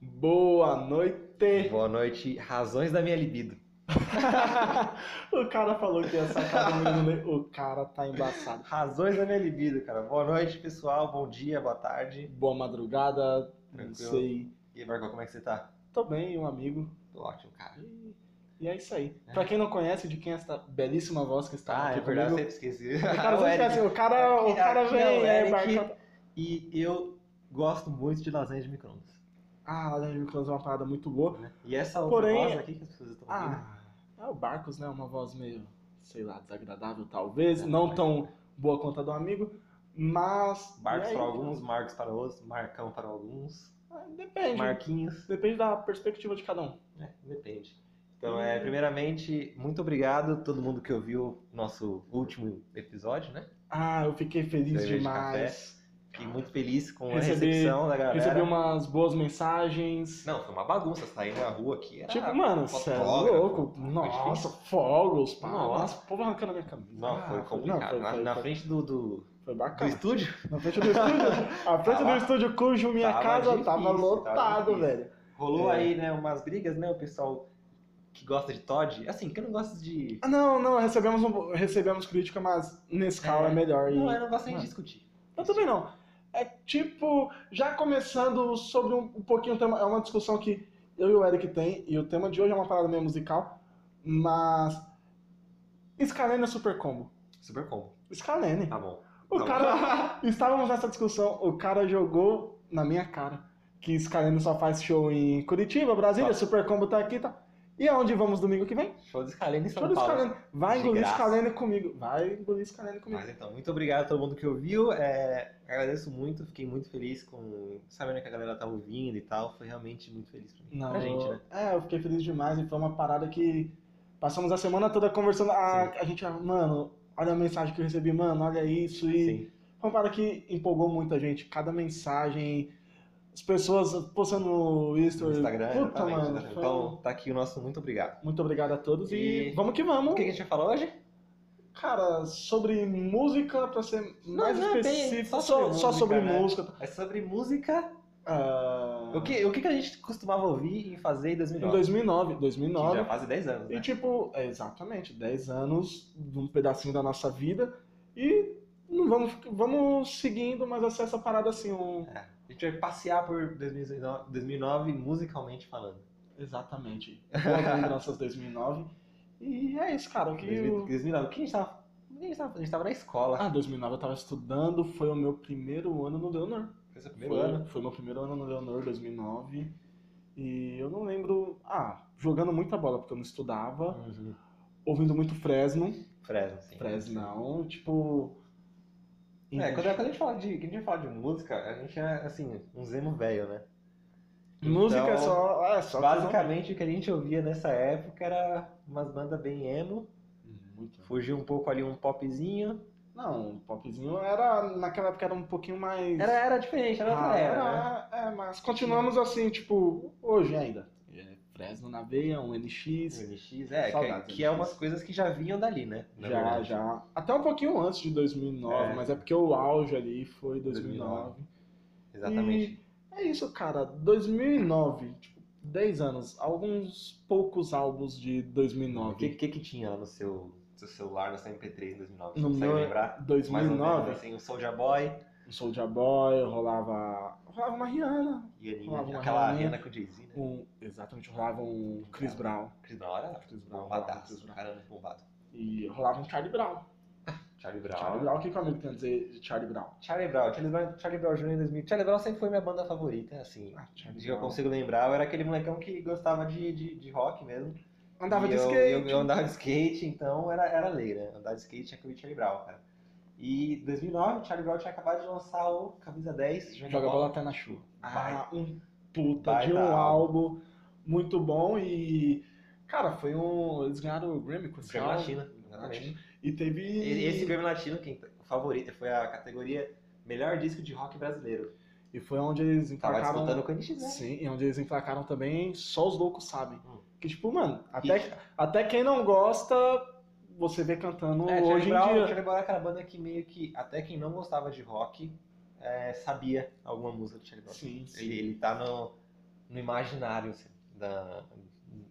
Boa noite! Boa noite, razões da minha libido. o cara falou que ia sacar do menino. O cara tá embaçado. Razões da minha libido, cara. Boa noite, pessoal. Bom dia, boa tarde. Boa madrugada, não Tranquilo. sei. E aí, Marcão, como é que você tá? Tô bem, um amigo. Tô ótimo, cara. E- E é isso aí. Pra quem não conhece, de quem é essa belíssima voz que está Ah, aqui é verdade, eu comigo. sempre esqueci. O cara, O sempre Eric. fala assim, o cara, o Aqui- cara aqui vem, é o é, Eric. marca- E eu gosto muito de lasanha de micro-ondas. Ah, lá de Microsoft é uma parada muito boa. né? E essa outra Porém- voz aqui que as pessoas estão ouvindo. Ah, é o Barcos, né? Uma voz meio, sei lá, desagradável talvez. É, não mas- tão boa conta do amigo, mas. Marcos e aí, então? para alguns, Marcos para outros, Marcão para alguns, ah, Depende. Marquinhos. Depende da perspectiva de cada um. né? depende. Então, é, primeiramente, muito obrigado a todo mundo que ouviu nosso último episódio, né? Ah, eu fiquei feliz Cerveja de demais. Fiquei muito feliz com Recebi- a recepção da galera. Recebi umas boas mensagens. Não, foi uma bagunça sair na rua aqui. Era... tipo, mano, você é fotógrafo, louco. foi Nossa, difícil. fogos, pá. Nossa. Nossa, o povo arrancando a minha camisa. Não, foi Ah, complicado. né? não, foi- na foi- na foi- Ah, frente do, do, Foi do bacana. estúdio, Na frente do estúdio. A frente do Tava- estúdio cujo minha tava casa difícil, tava tava lotado, difícil. velho. rolou É. aí, né, umas brigas, né, o pessoal que gosta de Todd. Assim, que eu não gosto de... Ah, não, não, recebemos, um- recebemos crítica, mas Nescau é, É. melhor. e- Não, eu não gosto nem de Mano. discutir. Eu também não. É tipo, já começando sobre um, um pouquinho o tema. É uma discussão que eu e o Eric tem, e o tema de hoje é uma parada meio musical, mas. Scalene é super combo. Super combo. Scalene. Tá bom. O Tá bom. cara. Estávamos nessa discussão, o cara jogou na minha cara que Scalene só faz show em Curitiba, Brasília, Tá. Super Combo tá aqui, tá? E aonde vamos domingo que vem? Show de Scalene em São Show do Paulo. Scalene. Vai De engolir graça. Scalene comigo. Vai engolir Scalene comigo. Mas então, muito obrigado a todo mundo que ouviu. É, agradeço muito, fiquei muito feliz com sabendo que a galera tá ouvindo e tal. Foi realmente muito feliz pra, mim. Não, pra gente, né? É, eu fiquei feliz demais e foi uma parada que passamos a semana toda conversando. Ah, a gente, ah, mano, olha a mensagem que eu recebi, mano, olha isso. E Sim. foi uma parada que empolgou muita gente. Cada mensagem, as pessoas postando no No Instagram. Instagram, Puta, exatamente, mano. exatamente. foi- um Então, tá aqui o nosso muito obrigado. Muito obrigado a todos e, E- vamos que O vamos. que a gente vai falar hoje? Cara, sobre música, pra ser mais não, tem- específico, só só, sobre só sobre música. tá? música, É sobre música. Ah, O que, o que que a gente costumava ouvir e fazer em Em 2009, 2009? Que 2009. Já faz 10 anos, E né? tipo, é, exatamente, 10 anos, de um pedacinho da nossa vida e não vamos, vamos seguindo, mas vai ser essa parada assim, um... A gente vai passear por 2009, 2009 musicalmente falando. Exatamente, boas lembranças 2009 e é isso, cara, o que... 2000 eu- 2009. O que a gente tava... o que A gente tava, a gente tava na escola. Ah, 2009 eu tava estudando, foi o meu primeiro ano no Leonor. Foi seu primeiro Foi, ano. foi meu Ah, primeiro ano no Leonor, 2009, e eu não lembro... Ah, jogando muita bola, porque eu não estudava, Uhum. ouvindo muito Fresno, Fresno, sim. Fresnão, tipo... É, quando, quando a gente fala de, quando a gente fala de música, a gente é, assim, um zemo velho, né? Música é Então, só. É só Basicamente, o que a gente ouvia nessa época era umas bandas bem emo, Muito. fugia um pouco ali um popzinho. Não, o popzinho era. Naquela época era um pouquinho mais. Era, era diferente, era outra Ah, era, né? era- É, mas continuamos assim, tipo, hoje ainda. É, Fresno na veia, um NX. NX, é, Saudades, que, que é NX. umas coisas que já vinham dali, né? Na já, verdade. já. Até um pouquinho antes de 2009, É. mas é porque o auge ali foi 2009. Exatamente. É isso, cara. 2009, tipo, 10 anos. Alguns poucos álbuns de O que, 2009. que que tinha lá no seu, seu celular, na sua MP3 em 2009? Você No consegue meu- lembrar? Mais ou 2009, menos, assim, o Soulja Boy o um Soulja Boy, rolava. Rolava uma Rihanna, e a Rolava uma Nina, aquela Rihanna. Rihanna com o Jay-Z, né? um, exatamente, rolava um Chris Brown. Chris Brown era Chris Brown, Chris bombadaço, Brown. caramba, bombado. E rolava um Charlie Brown. Charlie Charlie Brown. Brown, o que que o amigo tem a dizer de Charlie Brown? Charlie Brown, Charlie Brown, Charlie Brown Jr. em 2000. Charlie Brown sempre foi minha banda favorita, assim. Ah, Charlie De que eu Brown. consigo lembrar, eu era aquele molecão que gostava de, de, de rock mesmo. Andava E de eu- skate. Eu, eu andava de skate, então era, era lei, né? Andar de skate tinha que ouvir Charlie Brown, cara. E em 2009, Charlie Brown tinha acabado de lançar o Camisa 10, Joga bola até na chuva. Vai. Ah, um puta Vai de um dar álbum muito bom e. Cara, foi um. Eles ganharam o Grammy com esse Grammy álbum. Latino, exatamente. E teve. E- Esse Grammy Latino, quem o favorito, foi a categoria melhor disco de rock brasileiro. E foi onde eles Tava emplacaram. disputando com a NX0. Sim, e onde eles emplacaram também, só os loucos sabem. Hum. Que tipo, mano, até, até quem não gosta, você vê cantando É, Charlie hoje em Brown, dia. Charlie Brown é aquela banda que meio que até quem não gostava de rock é, sabia alguma música do Charlie Brown. Sim, sim. Ele, ele tá no, no imaginário assim, da,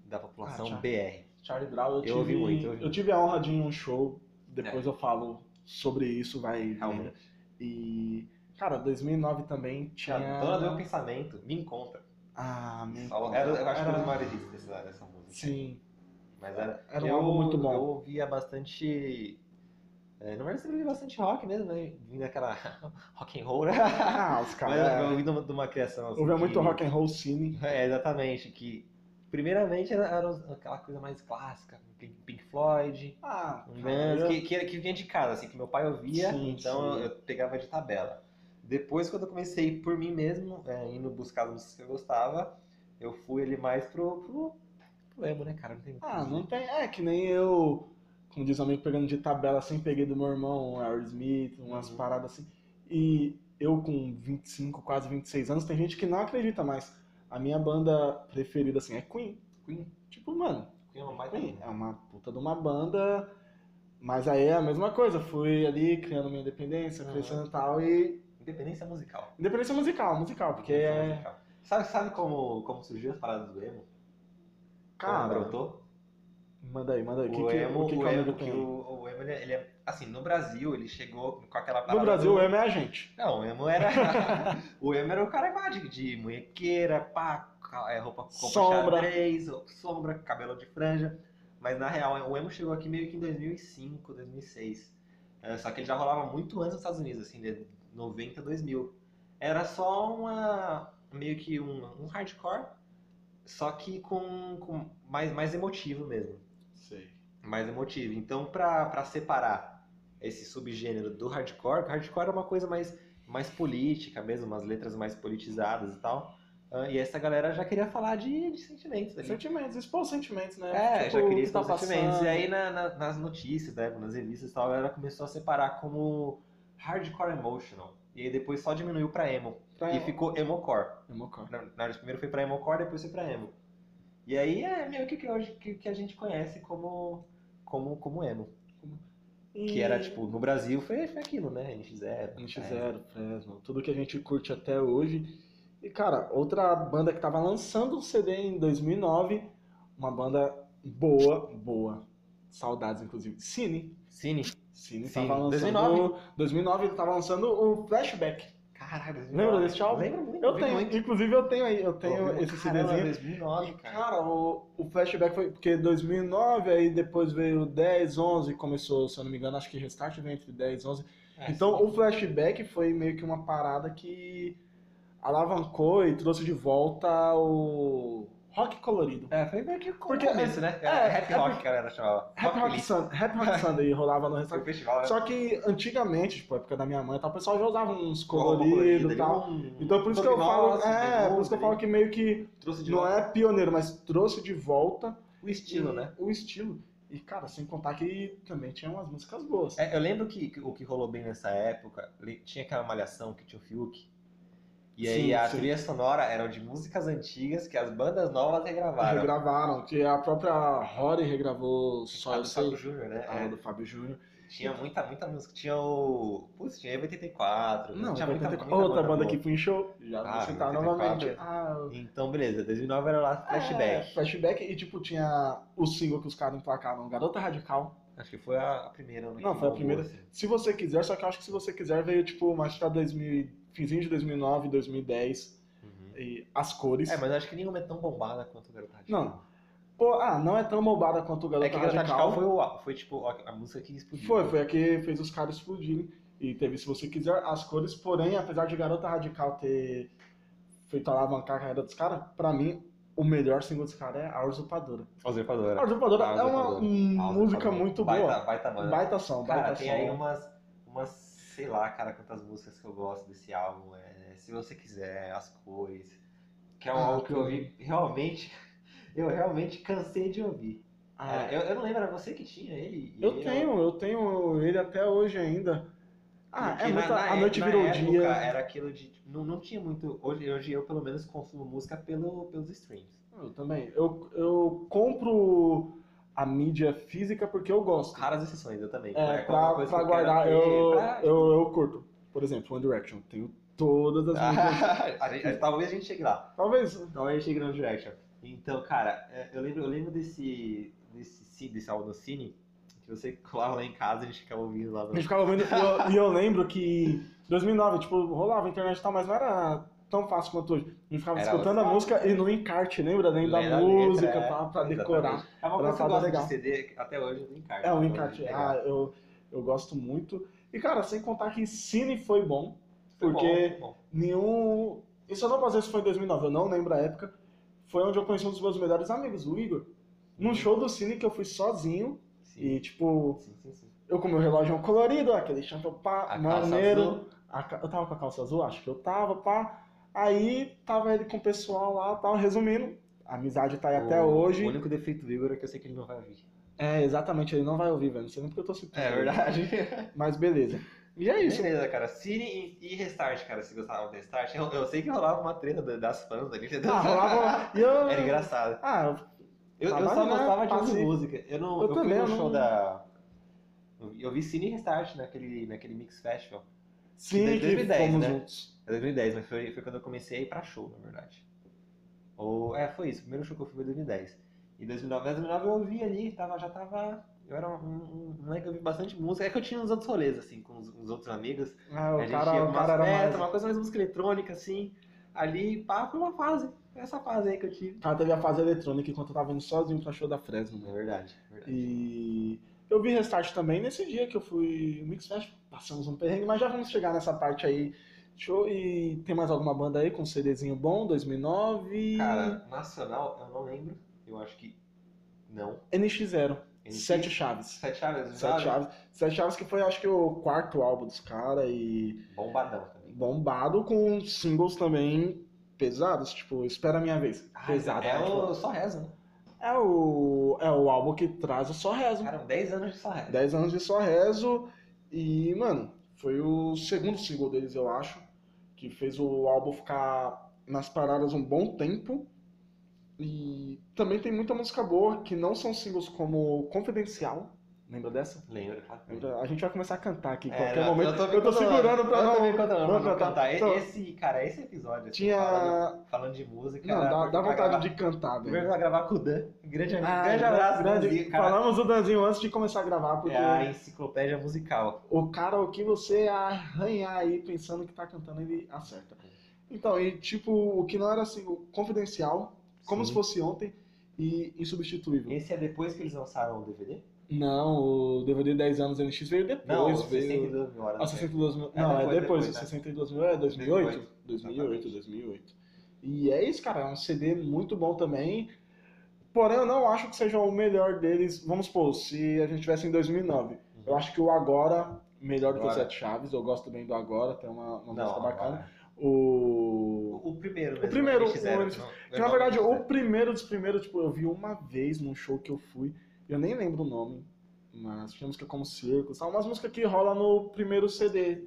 da população Ah, tchau. BR. Charlie Brown, eu, Eu tive, ouvi muito, eu ouvi muito. É. tive a honra de ir em um show, depois eu falo sobre isso, vai. Realmente. E, cara, 2009 também tinha. A dona do meu pensamento me encontra. Ah, me Só- encontra. Era, eu acho que um Era- dos maiores hits dessa, dessa música. Sim, Mas era, era um eu, álbum muito bom. Eu ouvia bastante. É, na verdade, eu ouvia bastante rock mesmo, né? Vindo daquela rock and roll. Mas Ah, os caras. eu ouvi de uma, de uma criação assim. Houve muito que- rock and roll cine. É, exatamente. Que primeiramente era, era os- aquela coisa mais clássica, Pink Pink Floyd, Ah, um cara, Guns, que, que, era- que vinha de casa, assim, que meu pai ouvia, Sim, então sim. eu pegava de tabela. Depois, quando eu comecei por mim mesmo, é, indo buscar as músicas que eu gostava, eu fui ali mais pro, pro, pro emo, né, cara? Não tem muito o que Ah, dizer. não tem. É que nem eu, como diz o amigo, pegando de tabela assim, peguei do meu irmão, um Aerosmith, umas Uhum. paradas assim. E eu com 25, quase 26 anos, tem gente que não acredita, mas a minha banda preferida assim é Queen. Queen? Tipo, mano, Queen é uma baita Queen banda. é uma puta de uma banda, mas aí é a mesma coisa. Fui ali criando minha independência, Uhum. crescendo e tal, e. Independência musical. Independência musical, musical, porque Independência é. musical. Sabe, sabe como, como surgiu as paradas do emo? como Cara, brotou? manda aí, manda aí. O que, que- emo, o que, que o o amigo emo, que tem? o, o emo, ele, ele é, assim, no Brasil, ele chegou com aquela parada No Brasil, do- o emo é a gente. Não, o emo era... o emo era o cara mais de, de munhequeira, pá, ca- é, roupa, roupa Sombra. xadrez, roupa- sombra, cabelo de franja. Mas, na real, o emo chegou aqui meio que em 2005, 2006. É, só que ele já rolava muito antes nos Estados Unidos, assim, de 90, 2000. Era só uma... meio que um, um hardcore, só que com, com mais, mais emotivo mesmo Sei. mais emotivo. Então, pra pra separar esse subgênero do hardcore, que hardcore é uma coisa mais, mais política mesmo, umas letras mais politizadas e tal. ah, e essa galera já queria falar de, de sentimentos ali. Sentimentos, expor sentimentos, né? É, Tipo, já o queria que tá expor sentimentos. passando. E aí na- na- nas notícias, né, nas revistas e tal, a galera começou a separar como hardcore emotional. E aí depois só diminuiu pra emo. Pra- E ficou emocore. É uma cor. Na na verdade, primeiro foi pra Emocore, depois foi pra Emo. E aí é meio que que hoje que, que a gente conhece como, como, como Emo. Que E era, tipo, no Brasil foi, foi aquilo, né? é, NX0. NX0, Fresno, tudo que a gente curte até hoje. E, cara, outra banda que tava lançando um CD em 2009, uma banda boa, boa. Saudades, inclusive. Cine. Cine. Cine Cine. tava lançando. 2009. 2009 ele tava lançando o Flashback. Caralho, 2009. Lembra desse álbum? Lembro muito. Eu ouvi tenho, muito. inclusive eu tenho aí, eu tenho Ouvi- esse É, Caramba, né? CDzinho. 2009, E, cara. cara, o, o flashback foi porque 2009, aí depois veio 10, 11, começou, se eu não me engano, acho que Restart veio entre 10 e 11. É, então sim. o flashback foi meio que uma parada que alavancou e trouxe de volta o rock colorido. É, foi meio que o Porque- começo, né? é, Era Happy é Rock, que a galera chamava. Happy Rock, Release. Sun, Happy Rock Sunday rolava no Foi Restart. o festival, né? Só que antigamente, tipo, época da minha mãe, e tal, o pessoal já usava uns Com roupa coloridos colorida, e tal. ali, um- Então por isso que eu Top falo, Nossa, é, Big por isso que eu Bang, falo que meio que um Trouxe de não volta é pioneiro, mas trouxe de volta o estilo, E né? O estilo. E, cara, sem contar que também tinha umas músicas boas. É, eu lembro que, que o que rolou bem nessa época, li- tinha aquela malhação que tinha o Fiuk. E aí Sim, a sim. trilha sonora era de músicas antigas que as bandas novas regravaram. Regravaram, que a própria Rory regravou Só a Eu do Fábio Sei, Júnior, né? a É, do Fábio Júnior. tinha muita, muita música. Tinha o. Putz, tinha EV84. Não, tinha vai muita, ter muita outra banda boa. que foi em show, já Ah, vou citar 84. novamente. Ah, Então, beleza, 2009 era lá flashback. é, flashback e, tipo, tinha o single que os caras emplacavam, Garota Radical. Acho que foi a a primeira. né, É. Não, que foi a bombou, primeira. assim. Se você quiser, só que eu acho que se você quiser, veio, tipo, mais pra 2000, finzinho de 2009, 2010, Uhum. e as cores. É, mas acho que nenhuma é tão bombada quanto o Garota Radical. Não. Pô, ah, não é tão bobada quanto o Garota É que Garota Radical Radical foi, o, foi tipo a a música que explodiu. Foi, foi a que fez os caras explodirem. E teve, se você quiser, as cores, porém, apesar de Garota Radical ter feito alavancar a carreira dos caras, pra mim, o melhor single dos caras é A Usurpadora. A A Usurpadora. Usurpadora A é uma Usurpadora. hum, Nossa, música tá bom. muito baita, boa. Baita banda. Baita som, cara, baita tem aí um som. umas, umas, sei lá, cara, quantas músicas que eu gosto desse álbum. né, é, se você quiser, as cores. Que é um Ah, álbum que eu cara. ouvi realmente Eu realmente cansei de ouvir. Era- Ah, eu, eu não lembro, era você que tinha ele? E eu tenho, eu tenho ele até hoje ainda. Ah, Porque é na- muita. na a é- noite na virou época dia. Era aquilo de. tipo, Não, não tinha muito. Hoje, hoje eu, pelo menos, consumo música pelo, pelos streams. Eu também. Eu, eu compro a mídia física porque eu gosto. Raras exceções, eu também. É, Quando alguma pra, né? coisa pra que eu quero guardar. ter, Eu, pra- eu, eu curto. Por exemplo, One Direction. Tenho todas as Ah. mídias. a gente, talvez a gente chegue lá. Talvez. Talvez a gente chegue no Direction. Então, cara, é, eu lembro, eu lembro desse, desse, ci- desse álbum do Cine, que você colava lá em casa e a gente ficava ouvindo lá A no. gente ficava vendo. E eu, e eu lembro que 2009, tipo, rolava a internet e tal, mas não era tão fácil quanto hoje. A gente ficava Era escutando a outra música e no encarte, lembra? Dentro da Lendo a música, letra, é. pra, pra decorar. Exatamente. É uma coisa que eu Era gosto legal. de CD que até hoje do encarte. É, o Até encarte. hoje é Ah, legal. eu, eu gosto muito. E, cara, sem contar que Cine foi bom. Foi bom, ah, porque- foi bom. nenhum. Isso eu não fazer isso foi em 2009, eu não lembro a época. Foi onde eu conheci um dos meus melhores amigos, o Igor. Num show do cine que eu fui sozinho. Sim, E, tipo, sim, sim. sim. eu com meu relógio colorido, aquele chapéu pá, A calça maneiro. azul. A ca- eu tava com a calça azul, acho que eu tava, pá. Aí tava ele com o pessoal lá tal. Resumindo, a amizade tá aí até O- hoje. O único defeito do Igor é que eu sei que ele não vai ouvir. É, exatamente, ele não vai ouvir, velho. Não sei nem porque eu tô citando. É verdade. Mas beleza. E é isso. Beleza, cara. Cine e, e Restart, cara, se gostavam do Restart. Eu, eu sei que rolava uma treta da- das fãs ali. Ah, rolava. E eu. Era engraçado. Ah, eu Eu, eu Tava só lá, gostava de passei. ouvir música. Eu não Eu eu fui também, eu no não- show da. Eu vi Cine e Restart naquele, naquele Mix Festival. sim, Desde que 2010, fomos né? juntos. É 2010, mas foi, foi quando eu comecei a ir pra show, na verdade. Ou, é, foi isso. O primeiro show que eu fui foi em 2010. E 2009, mas 2009 eu ouvi ali, tava, já tava... Eu era um, um, um moleque que ouvia bastante música. É que eu tinha uns outros rolês, assim, com os, os outros amigos. Ah, o a gente ia cara, pra o umas cara era festas, mais. uma coisa mais música eletrônica, assim. Ali, pá, foi uma fase. Foi Essa fase aí que eu tive. O cara teve a fase eletrônica enquanto eu tava indo sozinho pra show da Fresno, né? É verdade, é verdade. E eu vi Restart também nesse dia que eu fui no Mix Fest, passamos um perrengue, mas já vamos chegar nessa parte aí. Show. E tem mais alguma banda aí com CDzinho bom, 2009? Cara, nacional, eu não lembro. Eu acho que não. NX0, NX? Sete Chaves. Sete chaves, Sete sabe? Chaves. Sete Chaves que foi, acho que, o quarto álbum dos caras e Bombadão também. bombado com singles também pesados, tipo Espera a Minha Vez. Pesado, é né? Tipo, o Só Reza, né? é o, é o álbum que traz o Só Rezo. Cara, 10 anos de Só Reza. 10 anos de só rezo e, mano, foi o segundo single deles, eu acho, que fez o álbum ficar nas paradas um bom tempo. E também tem muita música boa que não são singles como Confidencial, lembra dessa? Lembro, claro. que lembro. Lembra? A gente vai começar a cantar aqui em É, qualquer não, momento. tô me controlando, segurando pra eu não, tô me controlando, não pra não cantar. cantar. E- Então- Esse, cara, esse episódio, assim, falando, Tinha. falando de música, Não, dá, era pra- dá pra vontade gravar- de cantar, Primeiro velho. vai gravar com o Dan, grande amigo, Ah, grande abraço, grande- Danzinho, cara, Falamos do Danzinho antes de começar a gravar, porque. é a enciclopédia musical. O cara, o que você arranhar aí pensando que tá cantando, ele acerta. Então, e tipo, o que não era assim, o confidencial, como Sim. se fosse ontem, e insubstituível. Esse é depois que eles lançaram o DVD? Não, o DVD 10 anos NX veio depois. Não, os veio... 62 mil horas. Ah, né? 62 mil. É, Não, é depois, depois. depois, né? 62 mil é 2008? 2008, 2008, 2008. E é isso, cara. É um CD muito bom também. Porém, eu não acho que seja o melhor deles. Vamos supor, se a gente tivesse em 2009. Eu acho que o Agora, melhor do que o Uhum. Agora. Sete Chaves. Eu gosto bem do Agora, tem uma, uma música Não, bacana. agora. O. O o primeiro mesmo. primeiro, eles fizeram, o- eles- não- é eu Que na não verdade, lembro, o primeiro dos primeiros, tipo, eu vi uma vez num show que eu fui, eu nem lembro o nome, mas tinha música como Circo, sabe? umas músicas que rola no primeiro CD.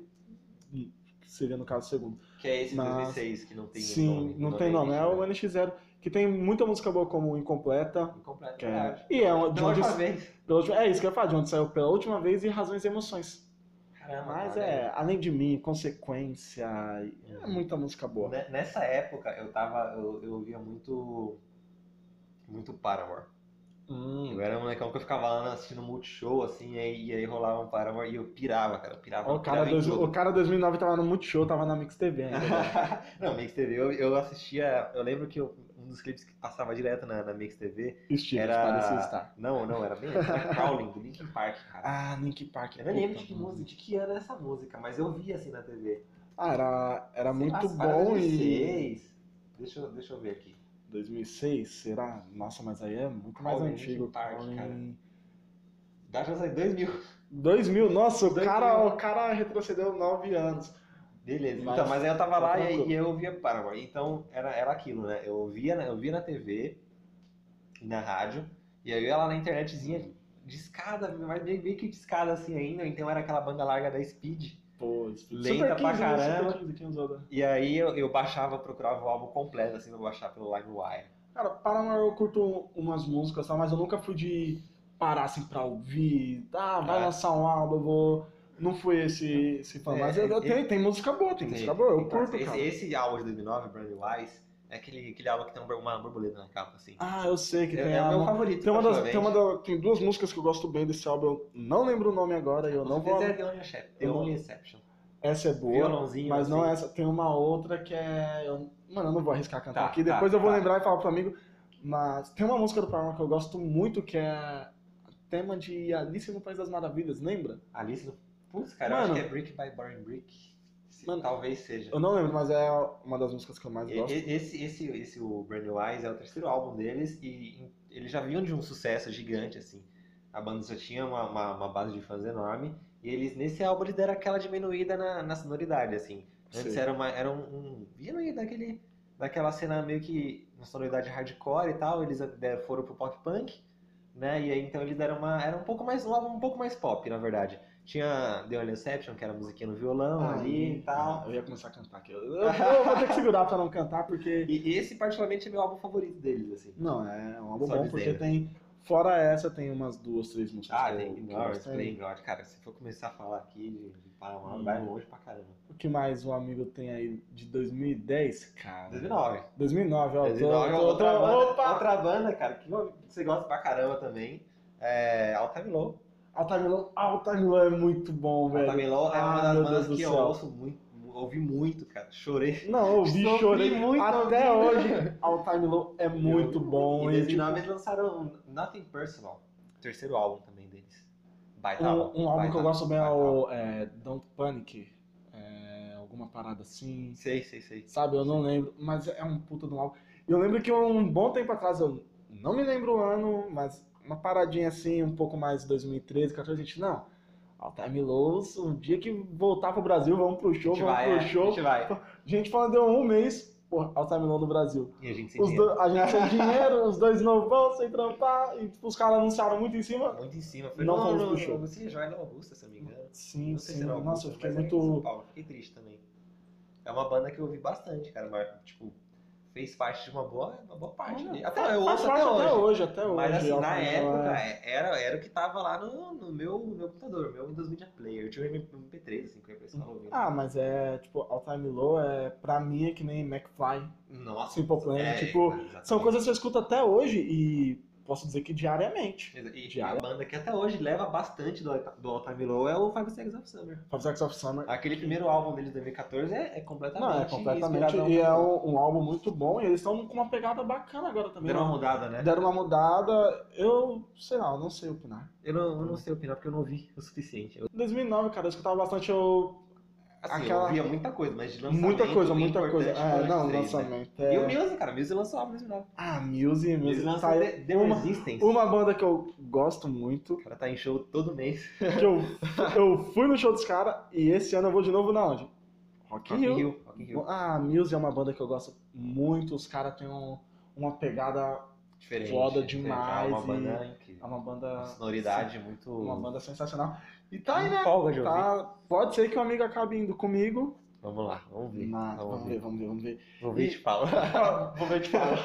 que Seria no caso o segundo. Que é esse de Mas- 2006, que não tem Sim, nome. não tem nome, é o original. NX0, que tem muita música boa como Incompleta. Incompleto, Que verdade. é, e é, um- de Da onde, última vez. pela última- é isso que eu ia falar, de onde saiu pela última vez e Razões e Emoções. Caramba, Mas Ah, olha aí. é, além de mim, consequência. É muita música boa. Ne- Nessa época eu tava. Eu, eu ouvia muito. Muito Paramore. Hum, Eu era um molecão que eu ficava lá assistindo Multishow, assim, e aí, e aí rolava um Paramore e eu pirava, cara. Eu pirava. Ó, eu o, cara pirava em dois, tudo. o cara 2009 tava no Multishow, tava na Mix TV ainda. né? Não, Mix TV, eu, eu assistia. Eu lembro que eu- um dos clipes que passava direto na, na Mix TV. Steve, Era- tipo, parecia estar. Não, não, era bem. Era Crawling, do Linkin Park, cara. Ah, Link Park. Eu nem lembro de puta, que mano. música, de que ano é essa música, mas eu via assim na TV. Ah, era, era muito As- era bom e. 2006. Deixa, eu- deixa eu ver aqui. 2006, será? Nossa, mas aí é muito mais Crawling, antigo. Linkin Park, Crawling. cara. Dá já saiu 2000. 2000, nossa, o 2000. cara, o cara retrocedeu 9 anos. Beleza, Mas- então, mas aí eu tava tá lá e, tranquilo. e eu via Paramore. Então era, era aquilo, né? Eu via, na- eu via na TV, na rádio. E aí ela na internetzinha de escada, mas meio meio que de escada assim ainda, então era aquela banda larga da Speed. Pô, né? Lenta pra caramba. Super 15, 15 anos. E aí eu, eu baixava, procurava o álbum completo, assim, pra baixar pelo LimeWire. Cara, Paramore eu curto umas músicas, tá? mas eu nunca fui de parar assim pra ouvir. Ah, vai É. lançar um álbum, eu vou. Não fui esse, esse fã, É, mas eu, eu é- tenho, tem música boa, tem música boa, eu Então, curto, esse, cara. esse álbum de 2009, Brandy Wise, é aquele, aquele álbum que tem uma, uma borboleta na capa, assim. Ah, eu sei que é, tem é o álbum. meu favorito. Tem, uma das, particularmente. tem, uma da- tem duas músicas que eu gosto bem desse álbum, eu não lembro o nome agora e eu não vou. É The Only Exception. The Eu não- Only Exception. Essa é boa, Violãozinho. mas não é- assim. essa. Tem uma outra que é. eu- mano, eu não vou arriscar cantar Tá, aqui, tá, depois eu vou tá. lembrar e falar pro amigo. Mas tem uma música do Paramore que eu gosto muito que é tema de Alice no País das Maravilhas, lembra? Alice no. Putz, cara, Mano. eu acho que é Brick by Boring Brick. Se- Mano. Talvez seja. Eu não lembro, mas é uma das músicas que eu mais E- gosto. e- Esse, esse, esse, o Brand New Eyes, é o terceiro álbum deles e em- eles já vinham de um sucesso gigante, assim. A banda já tinha uma, uma, uma base de fãs enorme e eles, nesse álbum, eles deram aquela diminuída na, na sonoridade, assim. Antes Sei. era, uma, era um, um... Vinha meio daquele, daquela cena meio que na sonoridade hardcore e tal, eles der- foram pro pop punk, né? E aí, então, eles deram uma... Era um pouco mais... Um álbum um pouco mais pop, na verdade. Tinha The Only Exception, que era a musiquinha no violão Ah, ali e tal. É, Eu ia começar a cantar aqui. Eu, eu- eu vou ter que segurar pra não cantar, porque. E esse, particularmente, é meu álbum favorito deles, assim. Não, é um álbum Só bom, dizer, porque né? tem. Fora essa, tem umas duas, três músicas. que Ah, é eu- tem que eu gosto. Ignorance, Play Ignorance. Cara, se for começar a falar aqui de, de Paramount, Hum. vai longe pra caramba. O que mais um amigo tem aí de 2010? Cara. 2009. 2009, ó. 2009 é tô, tô, outra tô- banda, Opa! outra banda, cara, que você gosta pra caramba também. É All Time Low. All Time Low. All Time Low é muito bom, All velho. Time Low é Ah, uma meu das Deus bandas do que eu céu. ouço muito, ouvi muito, cara. Chorei. Não, eu ouvi, Sofri chorei. muito Até ouvindo. hoje, All Time Low é muito Eu- bom. E, Em tipo, 2009 eles lançaram Nothing Personal, terceiro álbum também deles. Baita álbum. um, um álbum baita que eu gosto bem é baita álbum. o é, Don't Panic. É, alguma parada assim. Sei, sei, sei. Sabe, eu não lembro, mas é um puta de um álbum. Eu lembro que um bom tempo atrás, eu não me lembro o ano, mas uma paradinha assim, um pouco mais de 2013, 14, a gente, não. All Time Lows, um dia que voltar pro Brasil, vamos pro A show, gente vamos vai, pro é, a show. gente vai. Gente, falando deu um mês, porra, All Time Low no Brasil. E a gente se Os dois- a gente sem dinheiro, os dois novão, sem trampar, e tipo, os caras anunciaram muito em cima. Muito em cima. Foi Não não, não, fomos não, pro show. não, você já era Augusta, se eu não me engano. Sim, Não sei se sim. era Augusta, Nossa, eu fiquei mas era em São muito. Paulo. Fiquei triste também. É uma banda que eu ouvi bastante, cara. Mas, tipo, fez parte de uma boa, uma boa parte. dele. Até eu Faz ouço parte até hoje. até hoje, até Então, hoje. Mas assim, All na Time Low é- época, era, era o que tava lá no, no meu, no meu computador, meu Windows Media Player. Eu tinha um MP3, assim, que eu ia pra escola ouvindo. Ah, mas é, tipo, All Time Low é, pra mim, é que nem McFly, Nossa. Simple Plan, é, tipo, exatamente. são coisas que eu escuto até hoje e posso dizer que diariamente. E a diária. banda que até hoje leva bastante do, do All Time Low é o Five Seconds of Summer. Five Seconds of Summer, Aquele primeiro álbum deles de 2014 é, é completamente. não, é completamente, inspiradão. e é um, um álbum muito bom e eles estão com uma pegada bacana agora também. Deram uma né? mudada, né? Deram uma mudada, eu, sei lá, eu não sei opinar. Eu não, eu não sei opinar porque eu não ouvi o suficiente. Eu, Em 2009, cara, eu escutava bastante, eu... assim, Aquela- eu ouvia muita coisa, mas de lançamento. Muita coisa, bem muita coisa. importante foram É, esses não, três, né? lançamento. E é- o Muse, cara, o Muse lançou o álbum em 2009. Ah, Muse, O Muse Muse. lançou Tá, The, The uma- Resistance. uma banda que eu gosto muito, O cara tá em show todo mês. que eu, eu fui no show dos caras e esse ano eu vou de novo na onde? Rock in Rock in Rio. Rio, Rock in Rio. Ah, a Muse é uma banda que eu gosto muito, os caras têm um- uma pegada, Diferente. Foda diferente. demais, É uma e- banda é incrível. uma banda... Uma sonoridade muito. Uma banda sensacional. E tá aí, né? Folga de ouvir. Tá, pode ser que o amigo acabe indo comigo. Vamos lá, vamos ver. Mas vamos ver, ver. vamos ver, vamos ver. Vou ver e te falo. vou ver e te falo.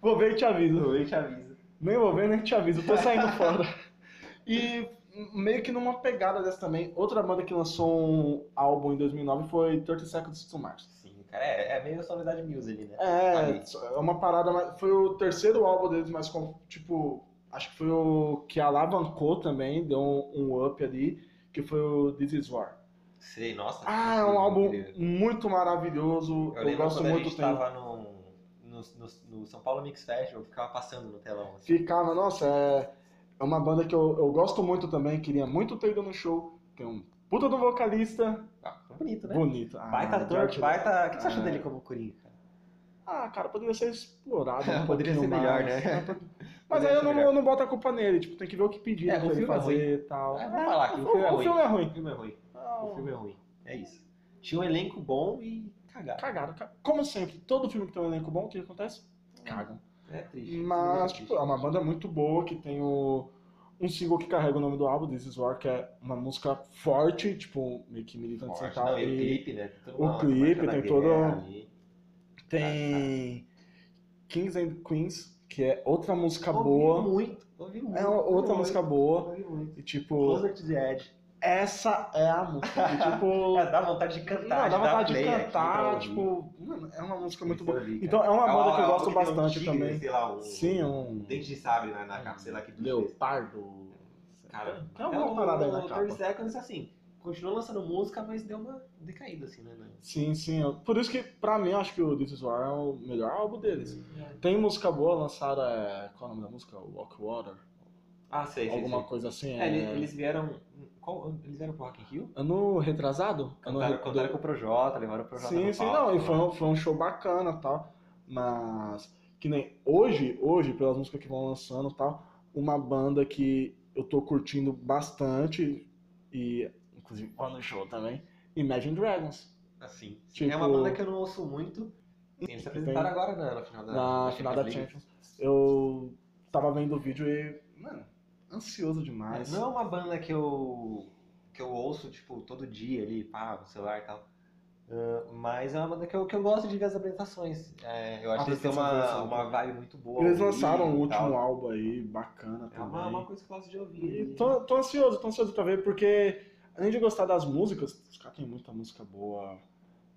Vou ver e te aviso. Vou ver e te aviso. Nem vou ver, nem te aviso. Tô saindo fora. E meio que numa pegada dessa também, outra banda que lançou um álbum em 2009 foi 30 Seconds to Mars. Sim, cara, é, é meio sonoridade Muse ali, né? É, Ali. é uma parada, mais- foi o terceiro álbum deles, mas com, tipo, acho que foi o que alavancou também, deu um, um up ali, que foi o This Is War. Sei, nossa. Ah, é um incrível, álbum incrível. muito maravilhoso, Eu eu, lembro gosto quando a muito, gente tem- tava no, no, no- no São Paulo Mix Festival, ficava passando no telão. assim. ficava, nossa, é, é uma banda que eu, eu gosto muito também, queria muito ter ido no show, tem um puta do vocalista, Ah, ficou bonito, né? bonito. Baita Ah, ator, George- baita... O que você Ah. acha dele como Coringa, cara? Ah, cara, poderia ser explorado um Poderia pouquinho ser melhor, mais. né? Mas Poderia aí eu ser não, melhor. eu não boto a culpa nele, tipo, tem que ver o que pediram É, o pra ele filme é fazer e tal. É, vamos falar que o o, filme é o filme é ruim. O filme é ruim. O Não, filme é ruim. É isso. Tinha um elenco bom e cagaram. é Cagaram. ca- Como sempre, todo filme que tem um elenco bom, o que acontece? Cagam. É triste. Mas, Isso é tipo, é uma banda muito boa que tem o, um single que carrega o nome do álbum, This Is War, que é uma música forte, tipo, meio que militante forte. central. Não, e o E clipe, né? Tem toda o uma- uma clipe, marcha da tem todo- um guerra ali. tem Kings and Queens, que é outra música Ouvi boa. muito, ouvi muito. É outra muito, música boa. Ouvi muito. E, tipo, Closer to the Edge. essa é a música. que, tipo, É, dá vontade de não, cantar, dá de dar vontade de play aqui pra cantar, ouvir. tipo, mano, é uma música muito Isso boa. eu vi, cara. Então, é uma É banda que eu é gosto tem um bastante tigre, também. Sei lá, um Sim, um dente de sabre né, na capa, sei lá que bicho é esse. leopardo. Cara, tem alguma é parada aí na capa. 30 Seconds, assim, continuou lançando música, mas deu uma decaída, assim, né? né? Sim, sim. eu- Por isso que, pra mim, eu acho que o This Is War é o melhor álbum deles. Tem música boa lançada, é, qual é o nome da música? Walk Water? Ah, sei, sei, Alguma sei. coisa assim. É, É, ele- eles vieram... Qual, eles vieram pro Rock in Rio? Ano retrasado? Ano Cantaram, re- cantaram com o Projota, levaram o Projota Sim, no sim, palco, não. E né? foi um, foi um show bacana e tal. Mas, que nem hoje, hoje, pelas músicas que vão lançando e tal, uma banda que eu tô curtindo bastante, e inclusive lá no show também, Imagine Dragons. Assim, Tipo- é uma banda que eu não ouço muito. Sim, eles se apresentaram agora né, na final da, na final da League. Champions. Eu tava vendo o vídeo e, mano, ansioso demais. Não é uma banda que eu que eu ouço, tipo, todo dia ali, pá, no celular e tal. Ah, mas é uma banda que eu, que eu gosto de ver as apresentações. É, eu acho Ah, que eles têm apresentações uma, são uma vibe muito boa. né? Eles ali lançaram o e tal. último né? álbum aí, bacana É uma, uma também. coisa que eu gosto de ouvir. E ali. tô, tô ansioso, tô ansioso pra ver, porque além de gostar das músicas, os caras têm muita música boa.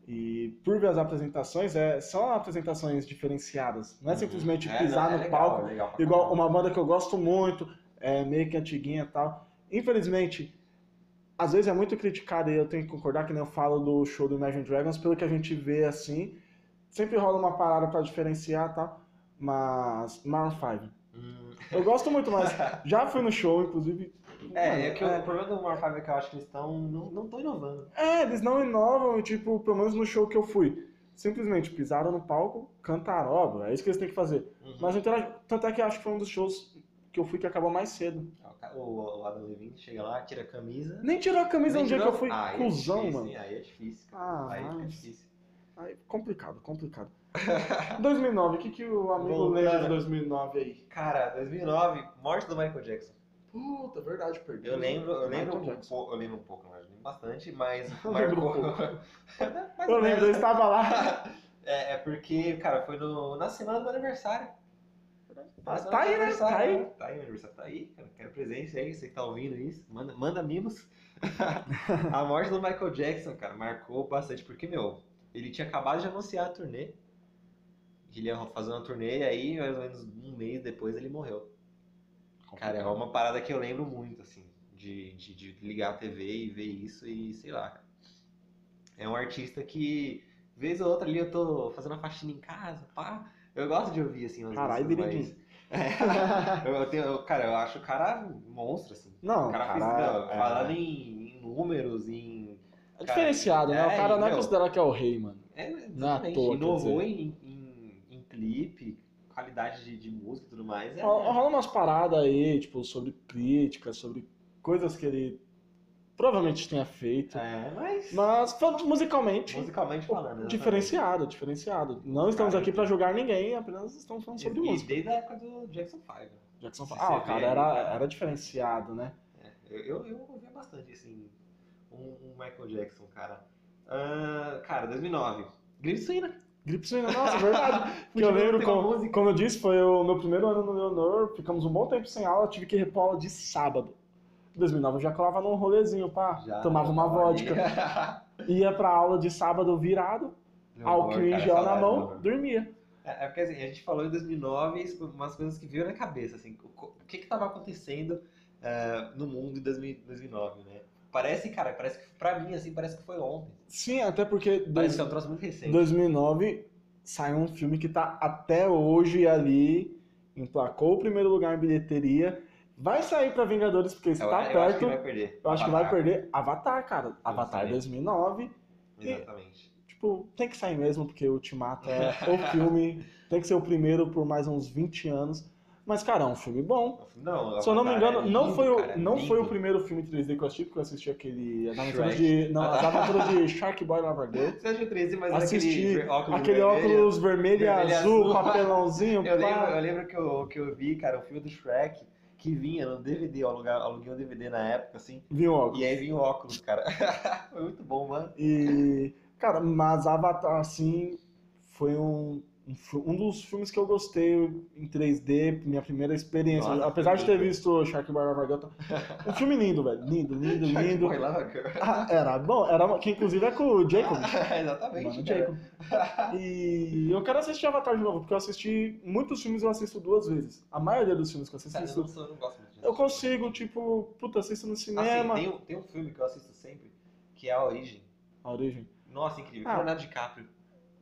E por ver as apresentações, é, são apresentações diferenciadas. Não é simplesmente É, pisar não, é no legal, palco é legal pra Igual caramba. uma banda que eu gosto muito, é meio que antiguinha e tal. Infelizmente, às vezes é muito criticada e eu tenho que concordar que nem eu falo do show do Imagine Dragons, pelo que a gente vê assim, sempre rola uma parada pra diferenciar e tal. Mas Maroon 5. Hum, Eu gosto muito, mas já fui no show, inclusive. É, mano, é que o problema do Marfab é que eu acho que eles estão. Não, não tão inovando. é, eles não inovam, e, tipo, pelo menos no show que eu fui. Simplesmente pisaram no palco, cantaram, óbvio, é isso que eles têm que fazer. Uhum. Mas eu interagi- tanto é que eu acho que foi um dos shows que eu fui que acabou mais cedo. É, O, o Adam Levine chega lá, tira a camisa. Nem tirou a camisa Nem um dia que tirou- eu fui Ah, aí é cuzão, difícil, mano. hein? Aí é difícil. cara. Ah, aí fica mas- difícil. Aí, complicado, complicado. 2009, o que, que o amigo Bom, lembra cara. de 2009 aí? Cara, 2009, morte do Michael Jackson. Puta, verdade, perdi. Eu lembro, eu Michael lembro, um Jackson. pouco, eu lembro um pouco, mas lembro bastante, mas Eu lembro marcou. um Mais Eu ou lembro, eu menos. estava lá. É, é porque, cara, foi no, na semana do aniversário. Na tá semana do aí, né? aniversário, Tá aí. né? Tá aí, o aniversário tá aí, cara. Quero presença aí, você que tá ouvindo isso. Manda, manda mimos. a morte do Michael Jackson, cara, marcou bastante, porque, meu, ele tinha acabado de anunciar a turnê. Ele ia fazer uma turnê e aí, mais ou menos um mês depois, ele morreu. Cara, é uma parada que eu lembro muito, assim, de, de, de ligar a TV e ver isso e sei lá. cara. É um artista que, vez ou outra ali, eu tô fazendo a faxina em casa, pá. Eu gosto de ouvir, assim, umas Caralho, músicas Biridinho. mais- Eu, eu tenho, eu- cara, eu acho o cara um monstro, assim. Não, O cara, fez, não, cara, falando é, em, em números, em... é diferenciado, né? É, o cara não é meu. considerado que é o rei, mano. É, Não é à exatamente, toa, quer inovou em, em, em clipe, qualidade de, de música e tudo mais. É, Ro- Rola umas paradas aí, tipo, sobre críticas, sobre coisas que ele provavelmente tenha feito. é, mas, Mas falando musicalmente, musicalmente falando, exatamente. diferenciado, diferenciado. Não estamos Cara, aqui pra julgar ninguém, apenas estamos falando sobre e, e música. desde a época do Jackson 5. Jackson Se Five. Ah, cara, você vê né? aí, era, cara. era diferenciado, né? Eu, eu, eu ouvia bastante, assim, um, um Michael Jackson, cara. Ah, cara, 2009. Grito Suína. Gripsina, nossa, é verdade. que Podia eu não lembro, ter uma como, música. como eu disse, foi o meu primeiro ano no Leonor, ficamos um bom tempo sem aula, tive que repor aula de sábado. Em 2009 eu já colava num rolezinho, pá, tomava uma vodka, ia pra aula de sábado virado, álcool em gel na mão, dormia. É, é porque assim, a gente falou em 2009 e isso foi umas coisas que veio na cabeça, assim. O, co- o que que tava acontecendo ah, no mundo em 2000 2009, né? Parece, cara, parece que pra mim, assim, parece que foi ontem. Sim, até porque Parece dois, que é um troço muito recente. 2009 saiu um filme que tá até hoje ali, emplacou o primeiro lugar em bilheteria, vai sair pra Vingadores porque Eu- está eu acho tá perto. que vai perder. Eu acho que vai Avatar, perder Avatar, cara. Avatar Exatamente. 2009. perder. Exatamente. Tipo, tem que sair mesmo, porque Ultimato é o filme. Tem que ser o primeiro por mais uns 20 anos. Mas, cara, é um filme bom. Não, Se eu não me Avatar é engano, não, lindo, foi o, cara, é não lindo. foi o primeiro filme 3D que eu assisti, porque eu assisti aquele. As aventuras Shrek. Ah, tá. de. Não, as aventuras de Shark Boy Lava Girl. Você acha o 13, mas Assisti aquele óculos Aquele vermelho? óculos vermelho e vermelho e azul, azul. papelãozinho. Eu lembro, pá. eu lembro que, eu, que eu vi, cara, o filme do Shrek que vinha no DVD, eu alugava- aluguei um DVD na época, assim, Vi um óculos. e aí vinha o óculos, cara. Foi muito bom, mano. E, cara, mas Avatar, assim, foi um, um, fi- um dos filmes que eu gostei em 3D, minha primeira experiência. Nossa, Apesar de que ter lindo. visto Shark Bar Vargata. Um filme lindo, velho. Lindo, lindo, Shark lindo. Boy Lava Girl. Ah, era bom, era uma- que inclusive é com o Jacob. Exatamente, Mano, cara. Jacob. Tá E eu quero assistir Avatar de novo, porque eu assisti muitos filmes eu assisto duas vezes. A maioria dos filmes que eu assisto, Cara, eu assisto- não, sou- eu não gosto muito disso. eu consigo, né, tipo, puta, assisto no Assim, cinema. tem, um- tem um filme que eu assisto sempre, que é A Origem. A origem. Nossa, incrível. Ah. Leonardo DiCaprio.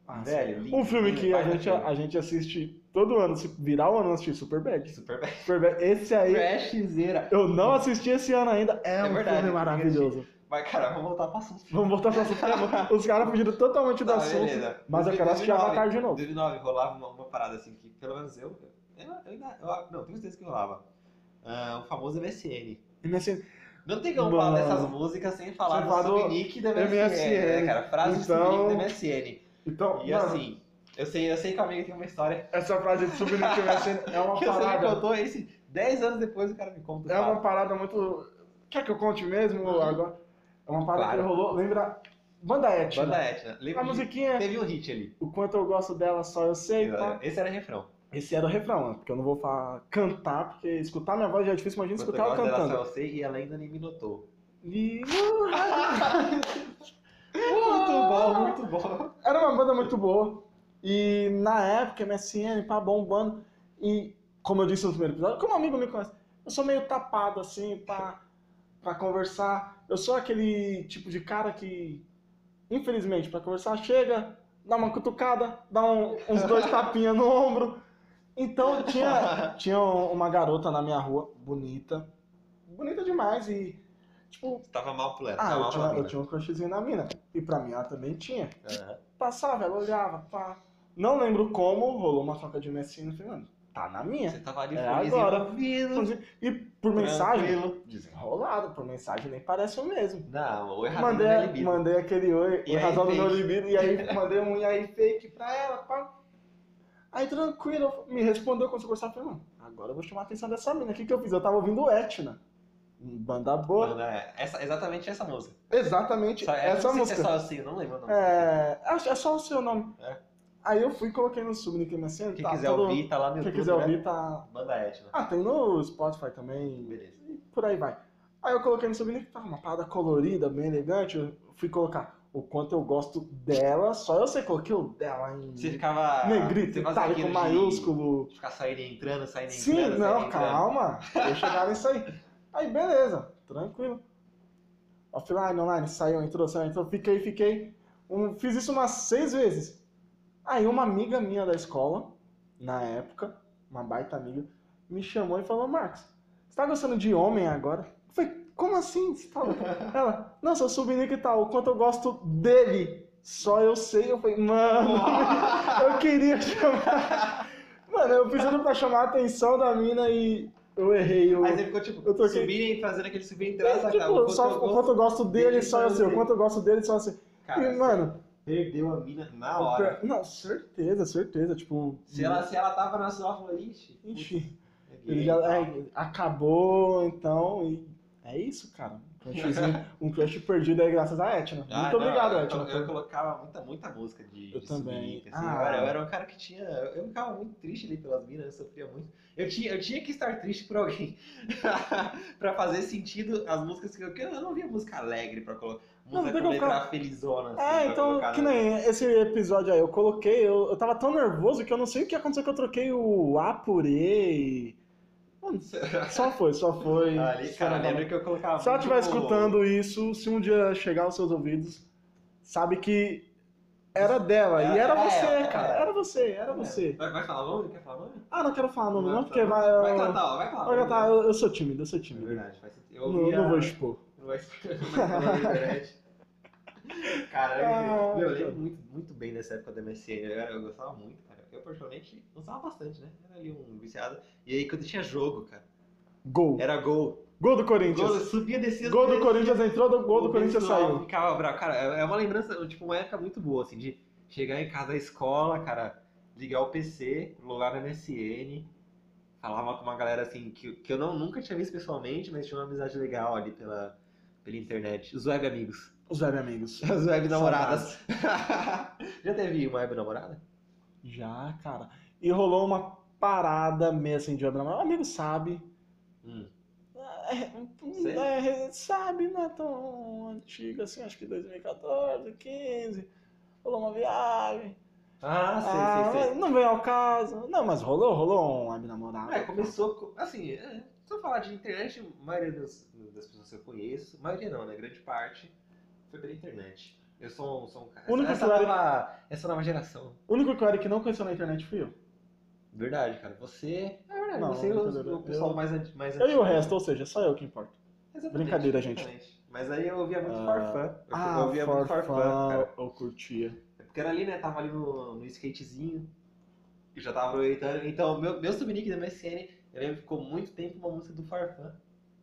Ah, Velho, lindo, né? Um filme lindo, que a baita gente, filme. a gente assiste todo ano, se virar o ano, eu assisti Superbad. Super bad. Superbad. Esse aí, Trashzeira. eu não assisti esse ano ainda. É, É um verdade, filme eu maravilhoso. Mas, cara, vamos voltar pro assunto. Vamos voltar pro assunto. Os caras fugiram totalmente do Tá, assunto. beleza. Mas eu quero assistir 2009, Avatar de novo. 2009 rolava uma, uma parada assim que, pelo menos eu. Eu, eu ainda. eu- não, tenho certeza que rolava. Ah, o famoso MSN. assim, MSN. Não tem como Mano. falar dessas músicas sem falar Sem do falar do subnick da MSN, MSN. né, cara? Frase Então- do subnick da Então, MSN. E mano, assim, eu sei, eu sei que o amigo tem uma história essa frase de subir no MSN é uma que você me parada. contou esse 10 anos depois o cara me conta. É uma parada muito. Quer que eu conte mesmo agora? É uma parada Claro. que rolou. Lembra? Banda Etna. Banda Etna. Lembra A que musiquinha, Teve um hit ali. o quanto eu gosto dela, só eu É. sei, pá. Esse era refrão. Esse era o refrão, né? porque eu não vou falar cantar, porque escutar minha voz já é difícil, imagina Quanto escutar ela gosto dela, cantando. só eu sei e ela ainda nem me notou. E- Muito bom, muito bom. Era uma banda muito boa. E na época, MSN, pá, bombando. E, como eu disse no primeiro episódio, como um amigo me conhece, eu sou meio tapado, assim, pra, pra conversar. Eu sou aquele tipo de cara que, infelizmente, pra conversar, chega, dá uma cutucada, dá um- uns dois tapinhas no ombro. Então, tinha, Tinha um- uma garota na minha rua, bonita. Bonita demais e, tipo, Tava mal pro Lero, ah, tava eu mal tinha, pra eu mim. né? tinha um crushzinho na mina. E pra mim ela também tinha. Aham. Passava, ela olhava, pá. Não lembro como, rolou uma troca de messagem e falei, mano, tá na minha. Você tava ali É feliz agora. e ouvindo. E por mensagem, tranquilo. desenrolado, por mensagem nem parece o mesmo. Não, o errado não é Mandei, libido. mandei aquele oi, E o aí, razão do fake. meu libido, e aí mandei um e aí fake pra ela, pá. Aí tranquilo, me respondeu quando eu conversar, falei, mano, agora eu vou chamar a atenção dessa mina. O que que eu fiz? Eu tava ouvindo Etna. um Banda boa. Mano, é, essa, exatamente essa música. Exatamente Só- é, essa não sei música. se É só assim, eu não lembro o nome. É, acho- é só o seu nome. É. Aí eu fui e coloquei no sub no MSN. Quem tá quiser todo- ouvir, tá lá no Quem YouTube. quiser né? ouvir, tá. Banda Etna. Ah, tem no Spotify também. Beleza. por aí vai. Aí eu coloquei no subnick, tava uma parada colorida, bem elegante. Eu fui colocar o quanto eu gosto dela, só eu sei, coloquei o dela em Você ficava. negrito, você fazia itálico, aquilo de maiúsculo. Ficar saindo e entrando, saindo e entrando. Sim, saindo e não, entrando. calma. Eu chegar nisso aí. Aí beleza, tranquilo. Offline, online, "Ah, saiu, entrou, saiu, entrou. Fiquei, fiquei. Um- fiz isso umas seis vezes. Aí uma amiga minha da escola, na época, uma baita amiga, me chamou e falou, Marcos, você tá gostando de homem agora? Eu falei, como assim? Você tá louco? Ela, não, seu subnick e tal, o quanto eu gosto dele, só eu sei. Eu falei, mano, eu queria chamar. Mano, eu precisando pra chamar a atenção da mina e eu errei. Eu, Aí você ficou tipo, Eu tô aqui. subirem, fazendo aquele subir e entrar, É, sacava? tipo, Enquanto só eu o vou- quanto eu gosto dele, dele, só eu só sei. O dele. quanto eu gosto dele, só eu sei. Cara, e, mano, perdeu a mina na hora. não, certeza, certeza. Tipo, Se ela, se ela tava na sua, ela falou, ixi. enfim. putz, Ele peguei já e tal. é, acabou, então, e é isso, cara. Um crushzinho- um crush perdido aí graças a Etna. Ah, Muito não, obrigado, eu, Etna. Eu, colocava muita, muita música de, Eu de também. subir, assim. Ah. eu, era, eu era um cara que tinha. Eu ficava muito triste ali pelas minas, eu sofria muito. Eu tinha, eu tinha que estar triste por alguém. pra fazer sentido as músicas que eu. que Eu não via música alegre pra colocar. Não, Música tem com que letra colocar- felizona, assim. É, pra então, colocar que na- nem esse episódio aí, eu coloquei, eu, eu tava tão nervoso que eu não sei o que aconteceu que eu troquei o A por E. e- Mano, só foi, só foi. Ah, Ali, cara, lembra que eu colocava. Se ela muito estiver o- escutando isso, se um dia chegar aos seus ouvidos, sabe que era dela, e era Era- você, era- cara, era. era você, era é você. Vai, vai falar nome? Quer falar nome? Ah, não quero falar nome, não, É. Não, porque tá. vai... Vai eu- cantar, ó, vai falar. Olha, nome. tá, eu, eu sou tímido, eu sou É tímido. verdade, faz sentido. Eu Não, ouvia- não vou expor. Não vai escutar mais falar na internet. Cara, eu, Ah, meu, eu cara. lembro muito, muito bem dessa época da MSN. Eu, era- eu gostava muito, cara. Eu, particularmente, usava bastante, né? Era ali um viciado. E aí quando tinha jogo, cara, Gol. era gol. Gol do É. Gol, Corinthians. subia, descia. Gol subia, do Corinthians entrou, do- gol do O Corinthians pessoal saiu. Ficava bravo. Cara, é é uma lembrança, tipo, uma época muito boa, assim, de chegar em casa da escola, cara, ligar o PC, logar na MSN, falava com uma galera, assim, que, que eu não, nunca tinha visto pessoalmente, mas tinha uma amizade legal ali pela, pela internet. Os web amigos. Os velhos amigos. As web namoradas. Saudades. Já teve uma web namorada? Já, cara. E rolou uma parada meio assim de web namorado. O amigo sabe. Hum. É, Sério? é, sabe, não é tão antigo assim, acho que 2014, 15. Rolou uma viagem. Ah, Ah, sei, sei, sei. mas Não veio ao caso. Não, mas rolou, rolou um web namorado. É, começou, co- assim, é, se eu falar de internet, a maioria das, das pessoas que eu conheço, maioria não, né, grande parte, foi pela internet. Eu sou, um- sou um cara, O único essa, que eu era- nova, essa nova geração. O único que eu era que não conheceu na internet fui eu. Verdade, cara, você, é verdade, Não, você é o, brincadeira. o pessoal Eu- mais, anti- mais Eu e o antigo. resto, ou seja, só eu que importa. Exatamente, Brincadeira, gente. exatamente. Mas aí eu ouvia muito Ah, farfã, eu, eu ouvia muito farfã, farfã, cara. eu curtia. É Porque era ali, né, tava ali no, no skatezinho, e já tava aproveitando. Então, meu, meu subnick da MSN, eu lembro que ficou muito tempo uma música do farfã,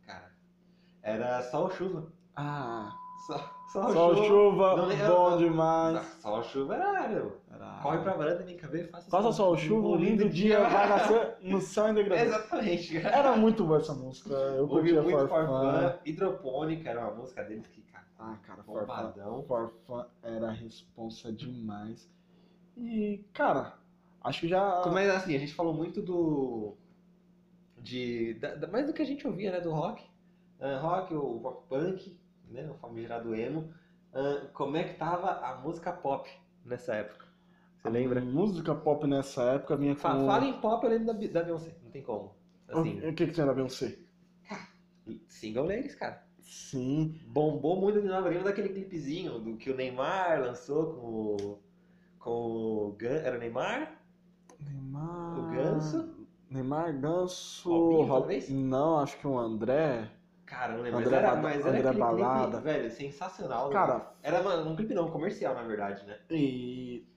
cara. Era só o chuva. Ah, Só, só, sol, chuva. chuva, Não, eu- bom eu- demais. Ah, Só chuva era, meu. Caralho. Corre pra varanda, vem cá ver, faça Faça esse- sol, chuva, um lindo dia vai nascer no céu indegradável. Exatamente, cara. Era muito boa essa música, eu Ouvi curtia muito Farfã. Farfã. Hidropônica era uma música deles que, cara, Ah, cara, Farfã. bombadão. Farfã era responsa demais. E, cara, acho que já... Mas assim, a gente falou muito do. De, da- da- mais do que a gente ouvia, né? Do rock. Ah, rock, o rock punk, né? O famigerado emo. Ah, como é que tava a música pop nessa época? Você lembra? A música pop nessa época vinha com... Fa- Fala em pop, eu lembro da, Bi- da Beyoncé, não tem como. Assim, O que que tinha da Beyoncé? Single Ladies, cara. Sim, Bombou muito de novo. Lembra daquele clipezinho do que o Neymar lançou com o. Com o Gan... Era o Neymar? Neymar... O Ganso? Neymar, Ganso... Robinho, Ro- talvez? Não, acho que o André... Cara, não lembro. André mas era, Bada- mas era André aquele clipe, Balada. velho, sensacional. Cara, Era mano, um clipe não, comercial, na verdade, né? e...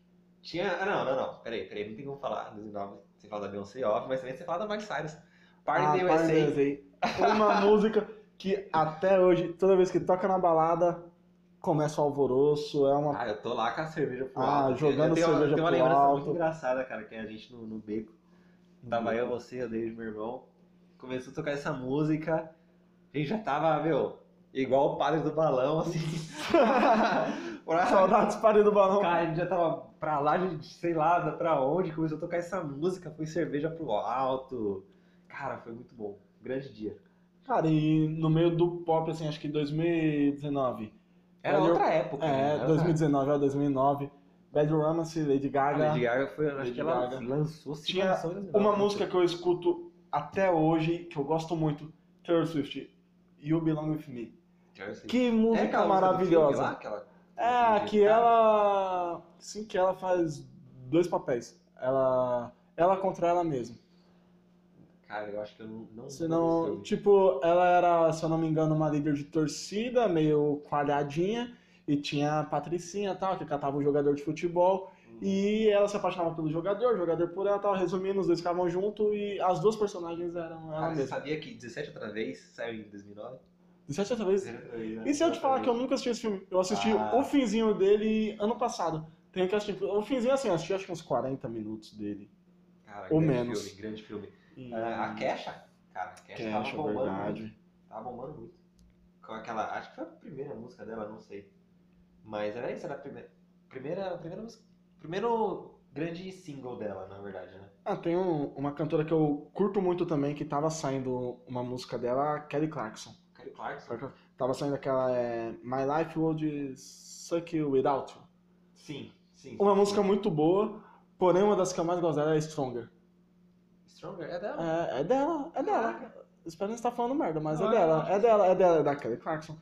Tinha. Ah, não, não, não. Peraí, peraí, não tem como falar. 2009, você fala da Beyoncé, óbvio, mas também você fala da Miley Cyrus. Ah, Party in the Party in USA. the USA. Uma música que até hoje, toda vez que toca na balada, começa o alvoroço, é uma. Ah, eu tô lá com a cerveja pro Ah, alto. jogando eu tenho uma- cerveja Tem uma pro lembrança alto. Uhum. muito engraçada, cara, que é a gente no, no beco. Tava Tá, eu, você, eu, David, meu irmão. Começou a tocar essa música. A gente já tava, meu, igual o padre do balão, assim. pra... Saudades parei do balão. Cara, a gente já tava pra lá, de- de sei lá, pra onde. Começou a tocar essa música, foi cerveja pro alto. Cara, foi muito bom. Grande dia. Cara, e no meio do pop, assim, acho que 2019. Era Olha, outra época. né? É, Era 2019 ou 2009. Bad Romance, Lady outra- A Gaga. Lady Gaga foi, acho Lady que ela Gaga. lançou né? se Tinha lançou em 2009, Uma não música que eu escuto até hoje, que eu gosto muito, Taylor Swift, You Belong With Me. sei. Que É música aquela música do filme maravilhosa. lá, aquela- É, do- que ela. Sim, que ela faz dois papéis. Ela. Ela contra ela mesma. Cara, eu acho que eu não. não não Senão, sei. tipo, ela era, se eu não me engano, uma líder de torcida, meio qualhadinha. E tinha a Patricinha e tal, que catava um jogador de futebol. E ela se apaixonava pelo jogador, o jogador por ela tal. Resumindo, os dois ficavam junto e as duas personagens eram ela Cara, Ah, você mesma. sabia que 17 outra vez saiu em 2009? Isso é certa vez. 17 outra vez. né? E se eu te falar que eu nunca assisti esse filme? Eu assisti Ah. o finzinho dele ano passado. Tenho que assistir. O finzinho, assim, eu assisti acho que uns 40 minutos dele. Cara, ou grande menos. Filme, grande filme. E- Ah, a Kesha, cara, a Kesha, tava Cash, é bombando. verdade. muito, Tava bombando muito. Com aquela. Acho que foi a primeira música dela, não sei. Mas era isso, era a primeira. Primeira, primeira música. Primeiro grande single dela, na verdade, né? Ah, tem um- uma cantora que eu curto muito também, que tava saindo uma música dela, a Kelly Clarkson. Kelly Clarkson. Tava saindo aquela é, My Life Would Suck You Without You. Sim, sim. Uma música muito boa, porém uma das que eu mais gosto dela é Stronger. Stronger é dela. É, é dela, é dela. Caraca. Ah. Espero não estar falando merda, mas Não, é eu dela, acho é que dela, é dela, é da Kelly Clarkson.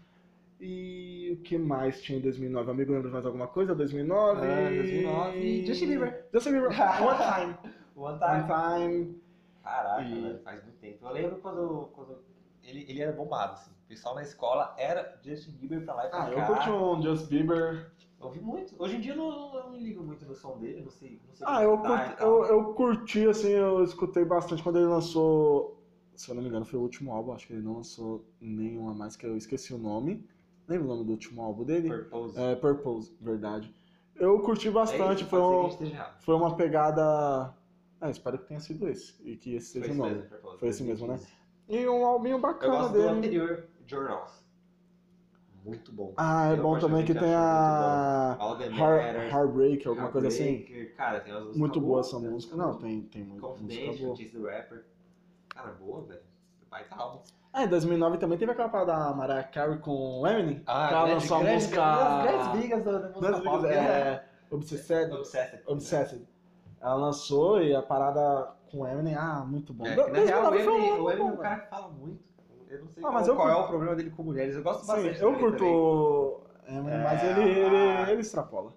E o que mais tinha em 2009? Amigo, lembra de mais alguma coisa? 2009? Ah, 2009. E Justin Bieber. Justin Bieber. One Time. One Time. One Time. Caraca, E- velho, faz muito tempo. Eu lembro quando, quando ele, ele era bombado, assim. O pessoal na escola era Justin Bieber pra lá e pra Ah, cá. eu curti um Just Bieber. Ouvi muito. Hoje em dia eu não, eu não me ligo muito no som dele, não sei. Não sei Ah, eu, como tá e curti, tal. eu, eu curti, assim, eu escutei bastante quando ele lançou. Se eu não me engano, foi o último álbum, acho que ele não lançou nenhum a mais, que eu esqueci o nome. Lembra o nome do último álbum dele? Purpose. É, Purpose, verdade. Eu curti bastante, É, foi, pode ser que a um, gente esteja errado. foi uma pegada. Ah, espero que tenha sido esse. E que esse seja Foi o esse nome. mesmo, Purpose. Foi esse mesmo, né? E um albinho Eu bacana gosto do dele. anterior, Journals. Muito bom. Ah, é Eu bom também que particularmente tem acho a. All the Heart- Matters, Heartbreak, alguma coisa assim. Heartbreaker. Cara, tem umas músicas Muito boa boas, né? essa tem música. Não, tem, tem muita música Confidential, boa. Chase the Rapper. Cara, boa, velho. Baita álbum. Ah, em 2009 também teve aquela parada da Mariah Carey com o Eminem. Ah, que ela lançou a música. As grandes vigas da da música Grandes pop. Vigas, né? é, Obsessed. Obsessed. Obsessed. Ela lançou e a parada com o Eminem, ah, muito bom. É, que, na 2009 real, o foi um Eminem, ano o Eminem é um bom, cara que fala muito. Eu não sei Ah, qual, mas eu qual é curto- o problema dele com mulheres. Eu gosto Sim, bastante eu dele curto também. o Eminem, mas É, ele, ele, a- ele extrapola.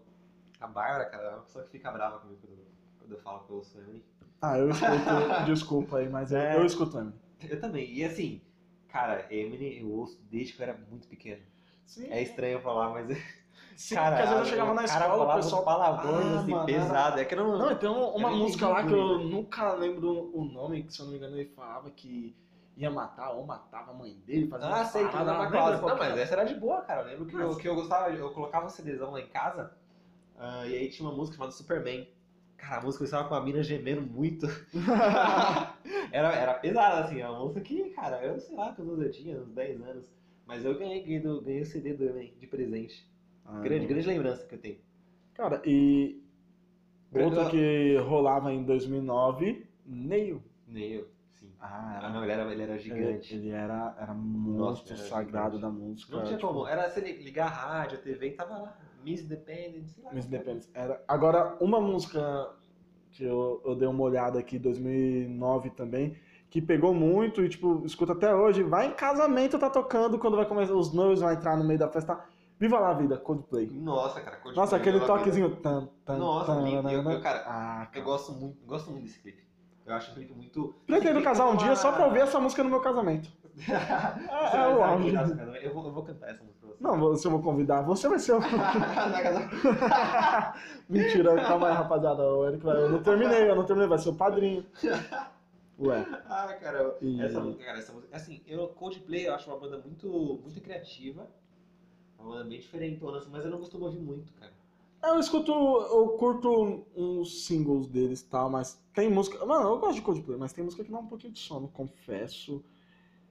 A Bárbara, cara, é uma pessoa que fica brava comigo quando, quando eu falo que eu sou Eminem. Ah, eu escuto, desculpa aí, mas eu, É. eu escuto o Eminem. Eu também. E assim, cara, Eminem eu ouço desde que eu era muito pequeno. Sim, É estranho falar, mas Sim, cara, porque às vezes eu o chegava na cara escola, o falava pessoal palavrões Ah, assim, mano, pesado. É que eu não, Não, e tem um- uma Eu nem música entendi lá que muito, eu né? nunca lembro o nome, que se eu não me engano ele falava que ia matar ou matava a mãe dele, fazia Ah, sei que não parada, dava lembra quase. Não, qual que mas era? essa era de boa, cara. Eu lembro que, eu, Mas- que eu gostava, eu colocava um CDzão lá em casa, ah, e aí tinha uma música chamada Superman. Cara, a música estava com a mina gemendo muito. era, era pesada, assim, a música que, cara, eu sei lá quantos eu tinha, uns 10 anos. Mas eu ganhei, ganhei, do- ganhei o CD do Enem de presente. Ah, grande, não. grande lembrança que eu tenho. Cara, e Grande- outro que rolava em 2009, Neil. Nem eu, sim. Ah, Ah, não, ele era, ele era gigante. Ele, ele era, era monstro era sagrado gigante. da música. Não tinha tipo, como. Era se ele ligar a rádio, a TV e tava lá. Miss Independent, sei lá. Miss Independence. Era... Agora, uma música que eu, eu dei uma olhada aqui, 2009 também, que pegou muito e, tipo, escuta até hoje. Vai em casamento, tá tocando, quando vai começar, os noivos vão entrar no meio da festa. Viva lá a vida, Coldplay. Nossa, cara. Coldplay, Nossa, aquele eu adoro. toquezinho. Tan, tan, Nossa, tan, lindo. E eu- nan, eu, cara, Ah, Eu cara. gosto muito, gosto muito desse clipe. Eu acho um clipe muito. Pretendo Esse clipe casar um é dia uma- só pra ouvir essa música no meu casamento. Você vai é o saber auge. casar, cara. Eu vou, eu vou cantar essa música pra você. Não, você eu vou convidar, você vai ser o. Vai casar. Mentira, calma aí, rapaziada. O Eric vai. Eu não terminei, eu não terminei, vai ser o padrinho. Ué. ah, cara. E... Essa música, cara, essa música. Assim, eu, Coldplay, eu acho uma banda muito, muito criativa. Uma banda bem diferentona, assim, mas eu não costumo ouvir muito, cara. Eu escuto, eu curto um, uns singles deles e tal, mas tem música. Mano, eu gosto de Coldplay, mas tem música que dá um pouquinho de sono, confesso.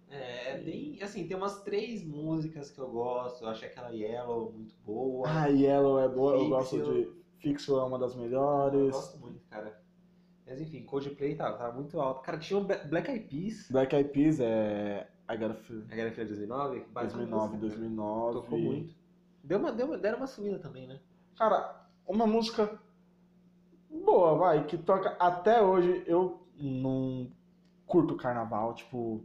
É, é bem. Assim, tem umas três músicas que eu gosto. Eu achei aquela Yellow muito boa. Ah, Yellow é boa, eu Fix gosto You. de. Fixo é uma das eu melhores. gosto muito, cara. Mas enfim, Coldplay tá, tá muito alto. Cara, tinha um Bla- Black Eyed Peas. Black Eyed Peas é. I Gotta Feel. A galera foi 2009? Baita 2009, música, cara. 2009. assim, né? Tocou muito. Deu uma, deu uma, deram uma sumida também, né? Cara, uma música boa, vai, que toca até hoje. Eu não curto carnaval, tipo.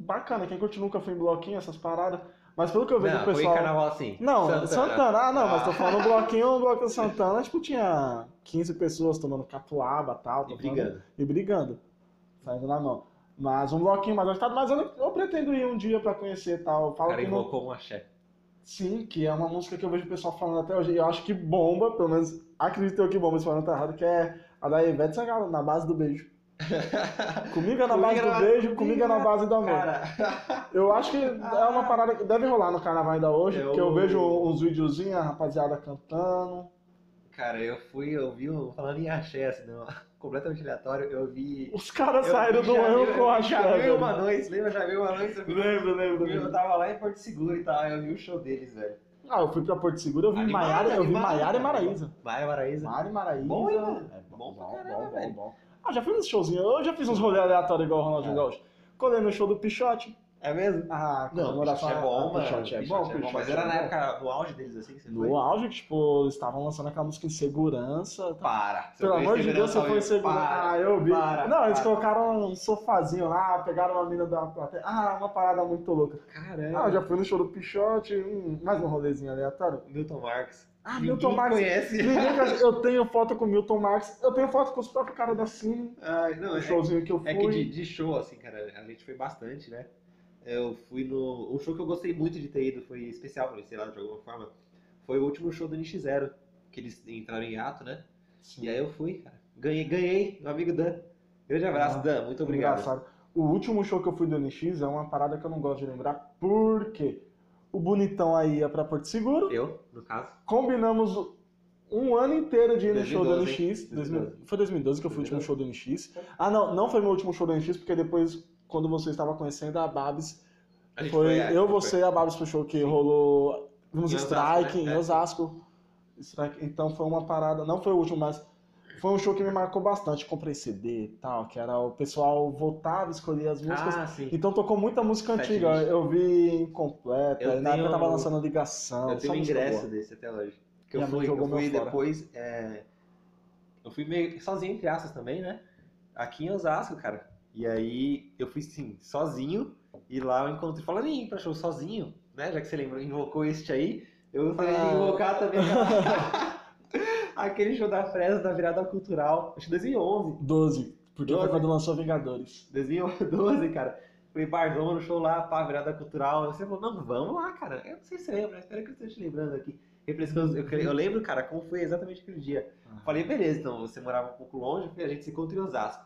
Bacana, quem curte nunca foi em bloquinho, essas paradas. Mas pelo que eu vejo do pessoal. assim. Não, Santana. Ah, não, mas tô Ah. falando bloquinho, o bloquinho Santana, tipo, tinha 15 pessoas tomando catuaba e tal. E tocando- brigando. E brigando. Saindo na mão. Mas um bloquinho mais agitado, mas eu, não- eu pretendo ir um dia pra conhecer e tal. Eu O Falo cara que não- invocou um axé. Sim, que é uma música que eu vejo o pessoal falando até hoje. E eu acho que bomba, pelo menos acredito eu que bomba, se falando tá errado, que é a da Ivete Sangalo, na base do beijo. Comigo é na Comigo base é do na- beijo, comigo é na base do amor. Cara, Eu acho que é uma parada que deve rolar no carnaval ainda hoje, Eu- porque eu vejo uns videozinhos, a rapaziada cantando. cara, eu fui, eu vi um, falando em axé, assim, não, completamente aleatório, eu vi. Os caras eu saíram vi do Jamil- ano com eu a vi Jamil chave. uma noite, lembra? Já viu uma noite? Eu, vi- Lembro, lembro, eu lembro. tava lá em Porto Seguro e tal, eu vi o show deles, velho. Ah, eu fui pra Porto Seguro, eu vi Animado, Maiara, eu vi animado, Maiara e cara. Maraísa. Maia Maraíza. Maiara e Maraísa. Bom, hein, mano? É Bom pra caramba, velho. bom. Ah, já fiz uns showzinhos, eu já fiz uns rolê aleatórios igual o Ronaldinho É. Gaúcho. Colei no show do Pichote. É mesmo? Ah, Não, comemoração. Pichote é bom, ah, mano. Pichote é bom, Pichote Mas é era na bom. época, no auge deles, assim, que você foi? No auge, que, tipo, eles estavam lançando aquela música Insegurança. tá Para. Pelo amor de Deus, você você foi segurar. Ah, eu vi. para, não, eles para. colocaram um sofazinho lá, pegaram uma mina da plateia. Ah, uma parada muito louca. Caramba. Ah, eu já fui no show do Pichote, hum, mais um rolezinho aleatório. Milton Marx. Ah, Ninguém Milton Marx. conhece. Ninguém conhece. Eu tenho foto com o Milton Marx, eu tenho foto com os próprios caras da Cine, Ai, não, o é, showzinho que eu fui. é que de, de show, assim, cara, a gente foi bastante, né? Eu fui no. Um show que eu gostei muito de ter ido, foi especial pra mim, sei lá, de alguma forma. Foi o último show do NX0, que eles entraram em ato, né? Sim. E aí eu fui, cara. Ganhei, ganhei, meu amigo Dan. Grande abraço, Ah, Dan. Muito obrigado. Engraçado. O último show que eu fui do NX é uma parada que eu não gosto de lembrar, porque o bonitão aí ia pra Porto Seguro, Eu, no caso. combinamos um ano inteiro de ir no show do 2012, hein? NX. 2000 Foi 2012 que eu fui o último 2012. show do NX. Ah, não, não foi meu último show do NX, porque depois, quando você estava conhecendo a Babs, A gente foi é, eu, foi. você e a Babs pro show que rolou. Vimos Em Osasco, Strike né? em É. Osasco. Strike. Então foi uma parada, não foi o último, mas foi um show que me marcou bastante. Comprei CD e tal, que era o pessoal voltava, escolhia as músicas. Ah, sim. Então tocou muita música Sete antiga. lixo. Eu vi incompleta, Eu e na época tenho- tava lançando ligação. só Eu tenho um música ingresso boa. desse até hoje. Que eu Minha mãe fui, eu jogou meu fui fora. depois. é, Eu fui meio sozinho, entre aspas, também, né? Aqui em Osasco, cara. E aí eu fui sim, sozinho. E lá eu encontrei. Falando em ir pra show sozinho, né? Já que você lembrou, invocou este aí. Eu falei Ah. em invocar também. Aquele show da Fresa da virada cultural. Acho que 2011. 12. Porque foi Doze. quando lançou Vingadores. 2012, cara. Falei, Barzão no show lá, pá, virada cultural. Você falou, não, vamos lá, cara. Eu não sei se você lembra, espero que eu esteja te lembrando aqui. Refrescando, eu, eu lembro, cara, como foi exatamente aquele dia. Falei, beleza, então você morava um pouco longe, falei, a gente se encontra em Osasco,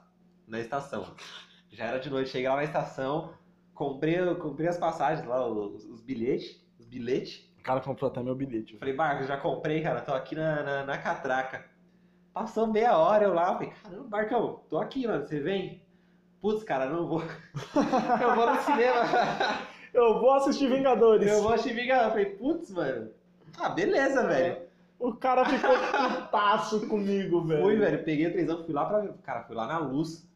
na estação. Já era de noite, cheguei lá na estação, comprei, comprei as passagens lá, os, os bilhetes, os bilhetes. O cara comprou até meu bilhete. Eu Falei, Marcos, já comprei, cara, tô aqui na, na, na catraca. Passou meia hora eu lá, falei, caramba, Marcão, tô aqui, mano, você vem? Putz, cara, não vou. eu vou no cinema. Eu vou assistir Vingadores. eu vou te vingar. Eu falei, putz, mano. Ah, beleza, velho. O cara ficou putaço comigo, velho. Fui, velho, peguei o trenzão, fui lá pra. Cara, fui lá na luz.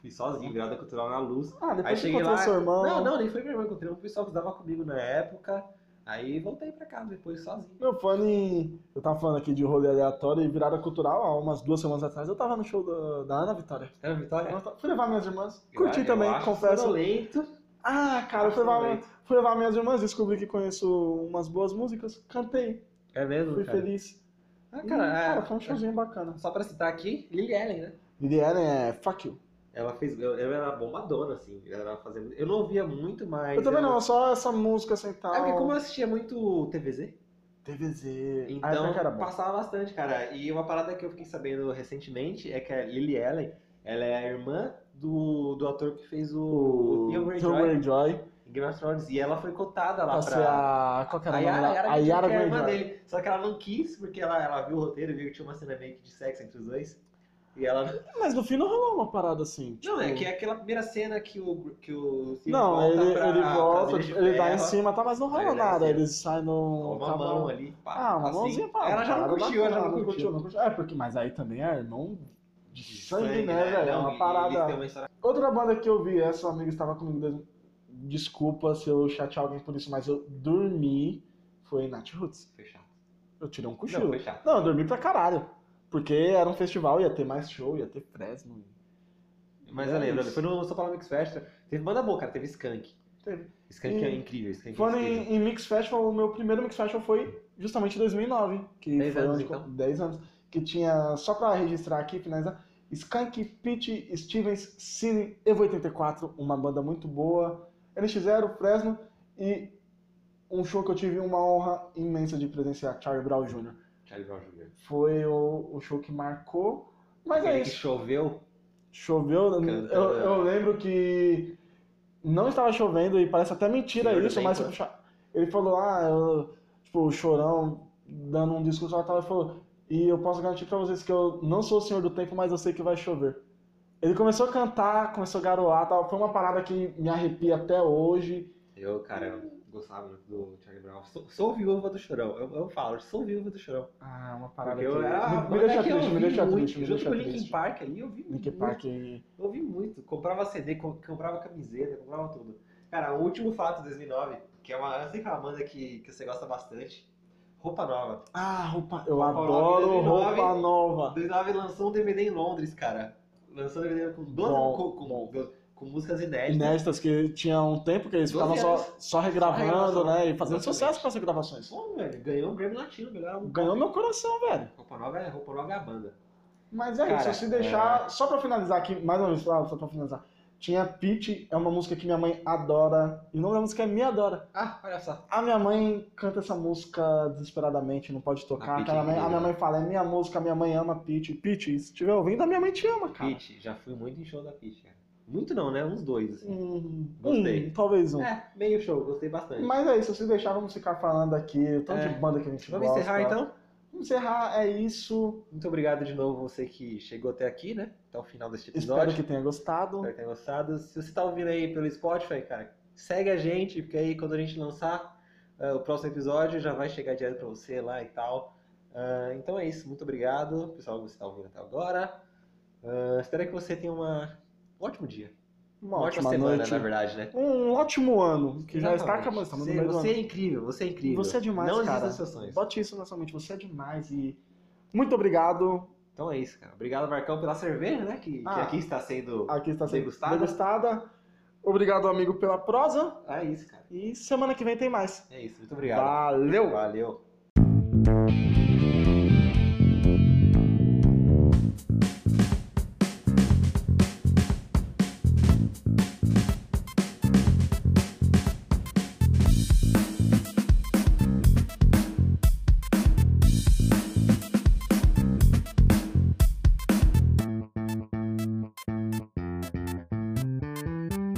Fui sozinho, virada cultural na luz. Ah, Aí depois que cheguei encontrou lá- seu irmão. Não, não, nem foi meu irmão, encontrei um pessoal que estava comigo na época. Aí voltei pra casa depois sozinho. Meu fone, em- eu tava falando aqui de rolê aleatório e virada cultural, há umas duas semanas atrás, eu tava no show da, da Ana é Vitória. Era Vitória? Eu tava- Fui levar minhas irmãs, É. Eu curti acho- também, eu acho confesso. sonolento. Ah, cara, eu fui levar, Sonolento. fui levar minhas irmãs, descobri que conheço umas boas músicas, cantei, É mesmo, fui cara. feliz. Ah, E, cara, é, cara, foi um showzinho bacana. Só pra citar aqui, Lily Allen, né? Lily Allen é fuck you. Ela fez. Eu, eu era bombadona, assim. Eu, era fazendo, eu não ouvia muito, mas. Eu também eu- não, só essa música assim tal. É porque como eu assistia muito TVZ, TVZ. Ah, então essa que era bom. passava bastante, cara. E uma parada que eu fiquei sabendo recentemente é que a Lily Allen, ela é a irmã do, do ator que fez o, o Theon Tio Greyjoy Greyjoy. em Game of Thrones. E ela foi cotada lá Pra ser a. Qual que era A o nome Yara, dela? A Yara que é a irmã Greyjoy. dele. Só que ela não quis, porque ela, ela viu o roteiro, viu que tinha uma cena meio que de sexo entre os dois. E ela Mas no fim não rolou uma parada assim. Não, é tipo- que é aquela primeira cena que o. Que o Steve Não, ele, pra- ele pra volta, Ilha de ele dá em Ferro, cima, tá? Mas não Aí rola ele dá em nada, cima. ele sai no. Uma mão ali. Pá, Ah, uma assim. mãozinha pá. Ela já não parada curtiu, ela já bacana, não curtiu. não curtiu. É, porque, mas aí também é irmão de De sangue, né, velho? É Não, uma e- parada. eles têm uma história- Outra banda que eu vi, essa amiga estava comigo. desde- Desculpa se eu chatear alguém por isso, mas eu dormi. Foi Nat Roots. Foi chato. Eu tirei um Não, cochilo. foi chato. Não, eu dormi pra caralho. Porque era um festival, ia ter mais show, ia ter Fresno. Mas É eu lembro, isso. foi no São Paulo Mix Festa. Teve banda boa, cara. Teve Skank. Teve. Skank E- é incrível. Skank é Falando incrível. em, em Mix Festival, o meu primeiro Mix Festival foi justamente em 2009. Que Dez foi anos, onde- então. dez anos. Que tinha, só pra registrar aqui, finalizar, Skank, Pete, Stevens, Cine, Evo 84, uma banda muito boa, NX0, Fresno e um show que eu tive uma honra imensa de presenciar, Charlie Brown Jr. Charlie Brown Jr. Foi o, o show que marcou, mas Aquele é que isso. choveu. Choveu, eu, Cantando. eu lembro que não estava chovendo e parece até mentira Senhor do isso, mas Tempo, tipo, ele falou, ah, eu, tipo, o chorão dando um discurso lá e tal, ele falou, e eu posso garantir pra vocês que eu não sou o senhor do tempo, mas eu sei que vai chover. Ele começou a cantar, começou a garoar, tal, foi uma parada que me arrepia até hoje. Eu, cara, eu gostava muito do Charlie Brown. Sou, sou viúva do chorão. Eu, eu falo, sou viúva do chorão. Ah, uma parada Porque que... eu era. me, me banda deixa que triste, eu me ouvi deixa muito. triste, me Junto deixa com o Linkin triste. Park ali, eu vi Linkin muito. Park... Eu ouvi muito, comprava CD, co- comprava camiseta, comprava tudo. Cara, o último fato de 2009, que é uma, eu sei que é uma banda que, que você gosta bastante, Roupa Nova. Ah, roupa... Eu Roupa Nova adoro 2009. roupa nova. 2009 lançou um DVD em Londres, cara. Lançou um DVD com 12 Bom, com, com- bom. com- com músicas inéditas. inéditas que tinha um tempo que eles Doze ficavam só, anos. só regravando, Só regravação. né? E fazendo Exatamente. sucesso com as regravações. Pô, velho, ganhou um Grammy Latino, melhor álbum. Ganhou meu coração, velho. Roupa Nova é, Roupa Nova é a banda. Mas é Cara, isso, se deixar. Só pra finalizar aqui, mais uma vez, Flávio, só pra finalizar. Tinha Peach, é uma música que minha mãe adora. E o nome da música é Me Adora. Ah, olha só. A minha mãe canta essa música desesperadamente, não pode A tocar. Pitty Aquela mãe- é a minha mãe fala, é minha música, minha mãe ama Peach. Peach, se estiver ouvindo, a minha mãe te ama, cara. Peach, já fui muito em show da Peach, cara. Muito não, né? Uns dois, assim. Hum, Gostei. hum, talvez um. É, meio show, gostei bastante. Mas é isso, se deixar, vamos ficar falando aqui, o tanto É. de banda que a gente Vamos gosta. encerrar então? Vamos encerrar, é isso. Muito obrigado de novo você que chegou até aqui, né? Até o final deste Espero episódio. que tenha gostado. Espero que tenha gostado. Se você tá ouvindo aí pelo Spotify, cara, segue a gente, porque aí quando a gente lançar eh, o próximo episódio já vai chegar direto pra você lá e tal. Ah, então é isso, muito obrigado, pessoal que você tá ouvindo até agora. Ah, espero que você tenha uma... um ótimo dia. Uma ótima, semana, noite. na verdade, né? Um ótimo ano, que já está Exatamente. acabando, tá estamos no você, meio do ano. você é incrível, você é incrível. Você é demais, Não cara. desista dos seus sonhos. Bote isso na sua mente, você é demais e muito obrigado. Então é isso, cara. Obrigado, Marcão, pela cerveja, né? Que, que Ah. aqui está sendo. Aqui está sendo Degustada. degustada. Obrigado, amigo, pela prosa. Ah, é isso, cara. E semana que vem tem mais. É isso. Muito obrigado. Valeu! Valeu.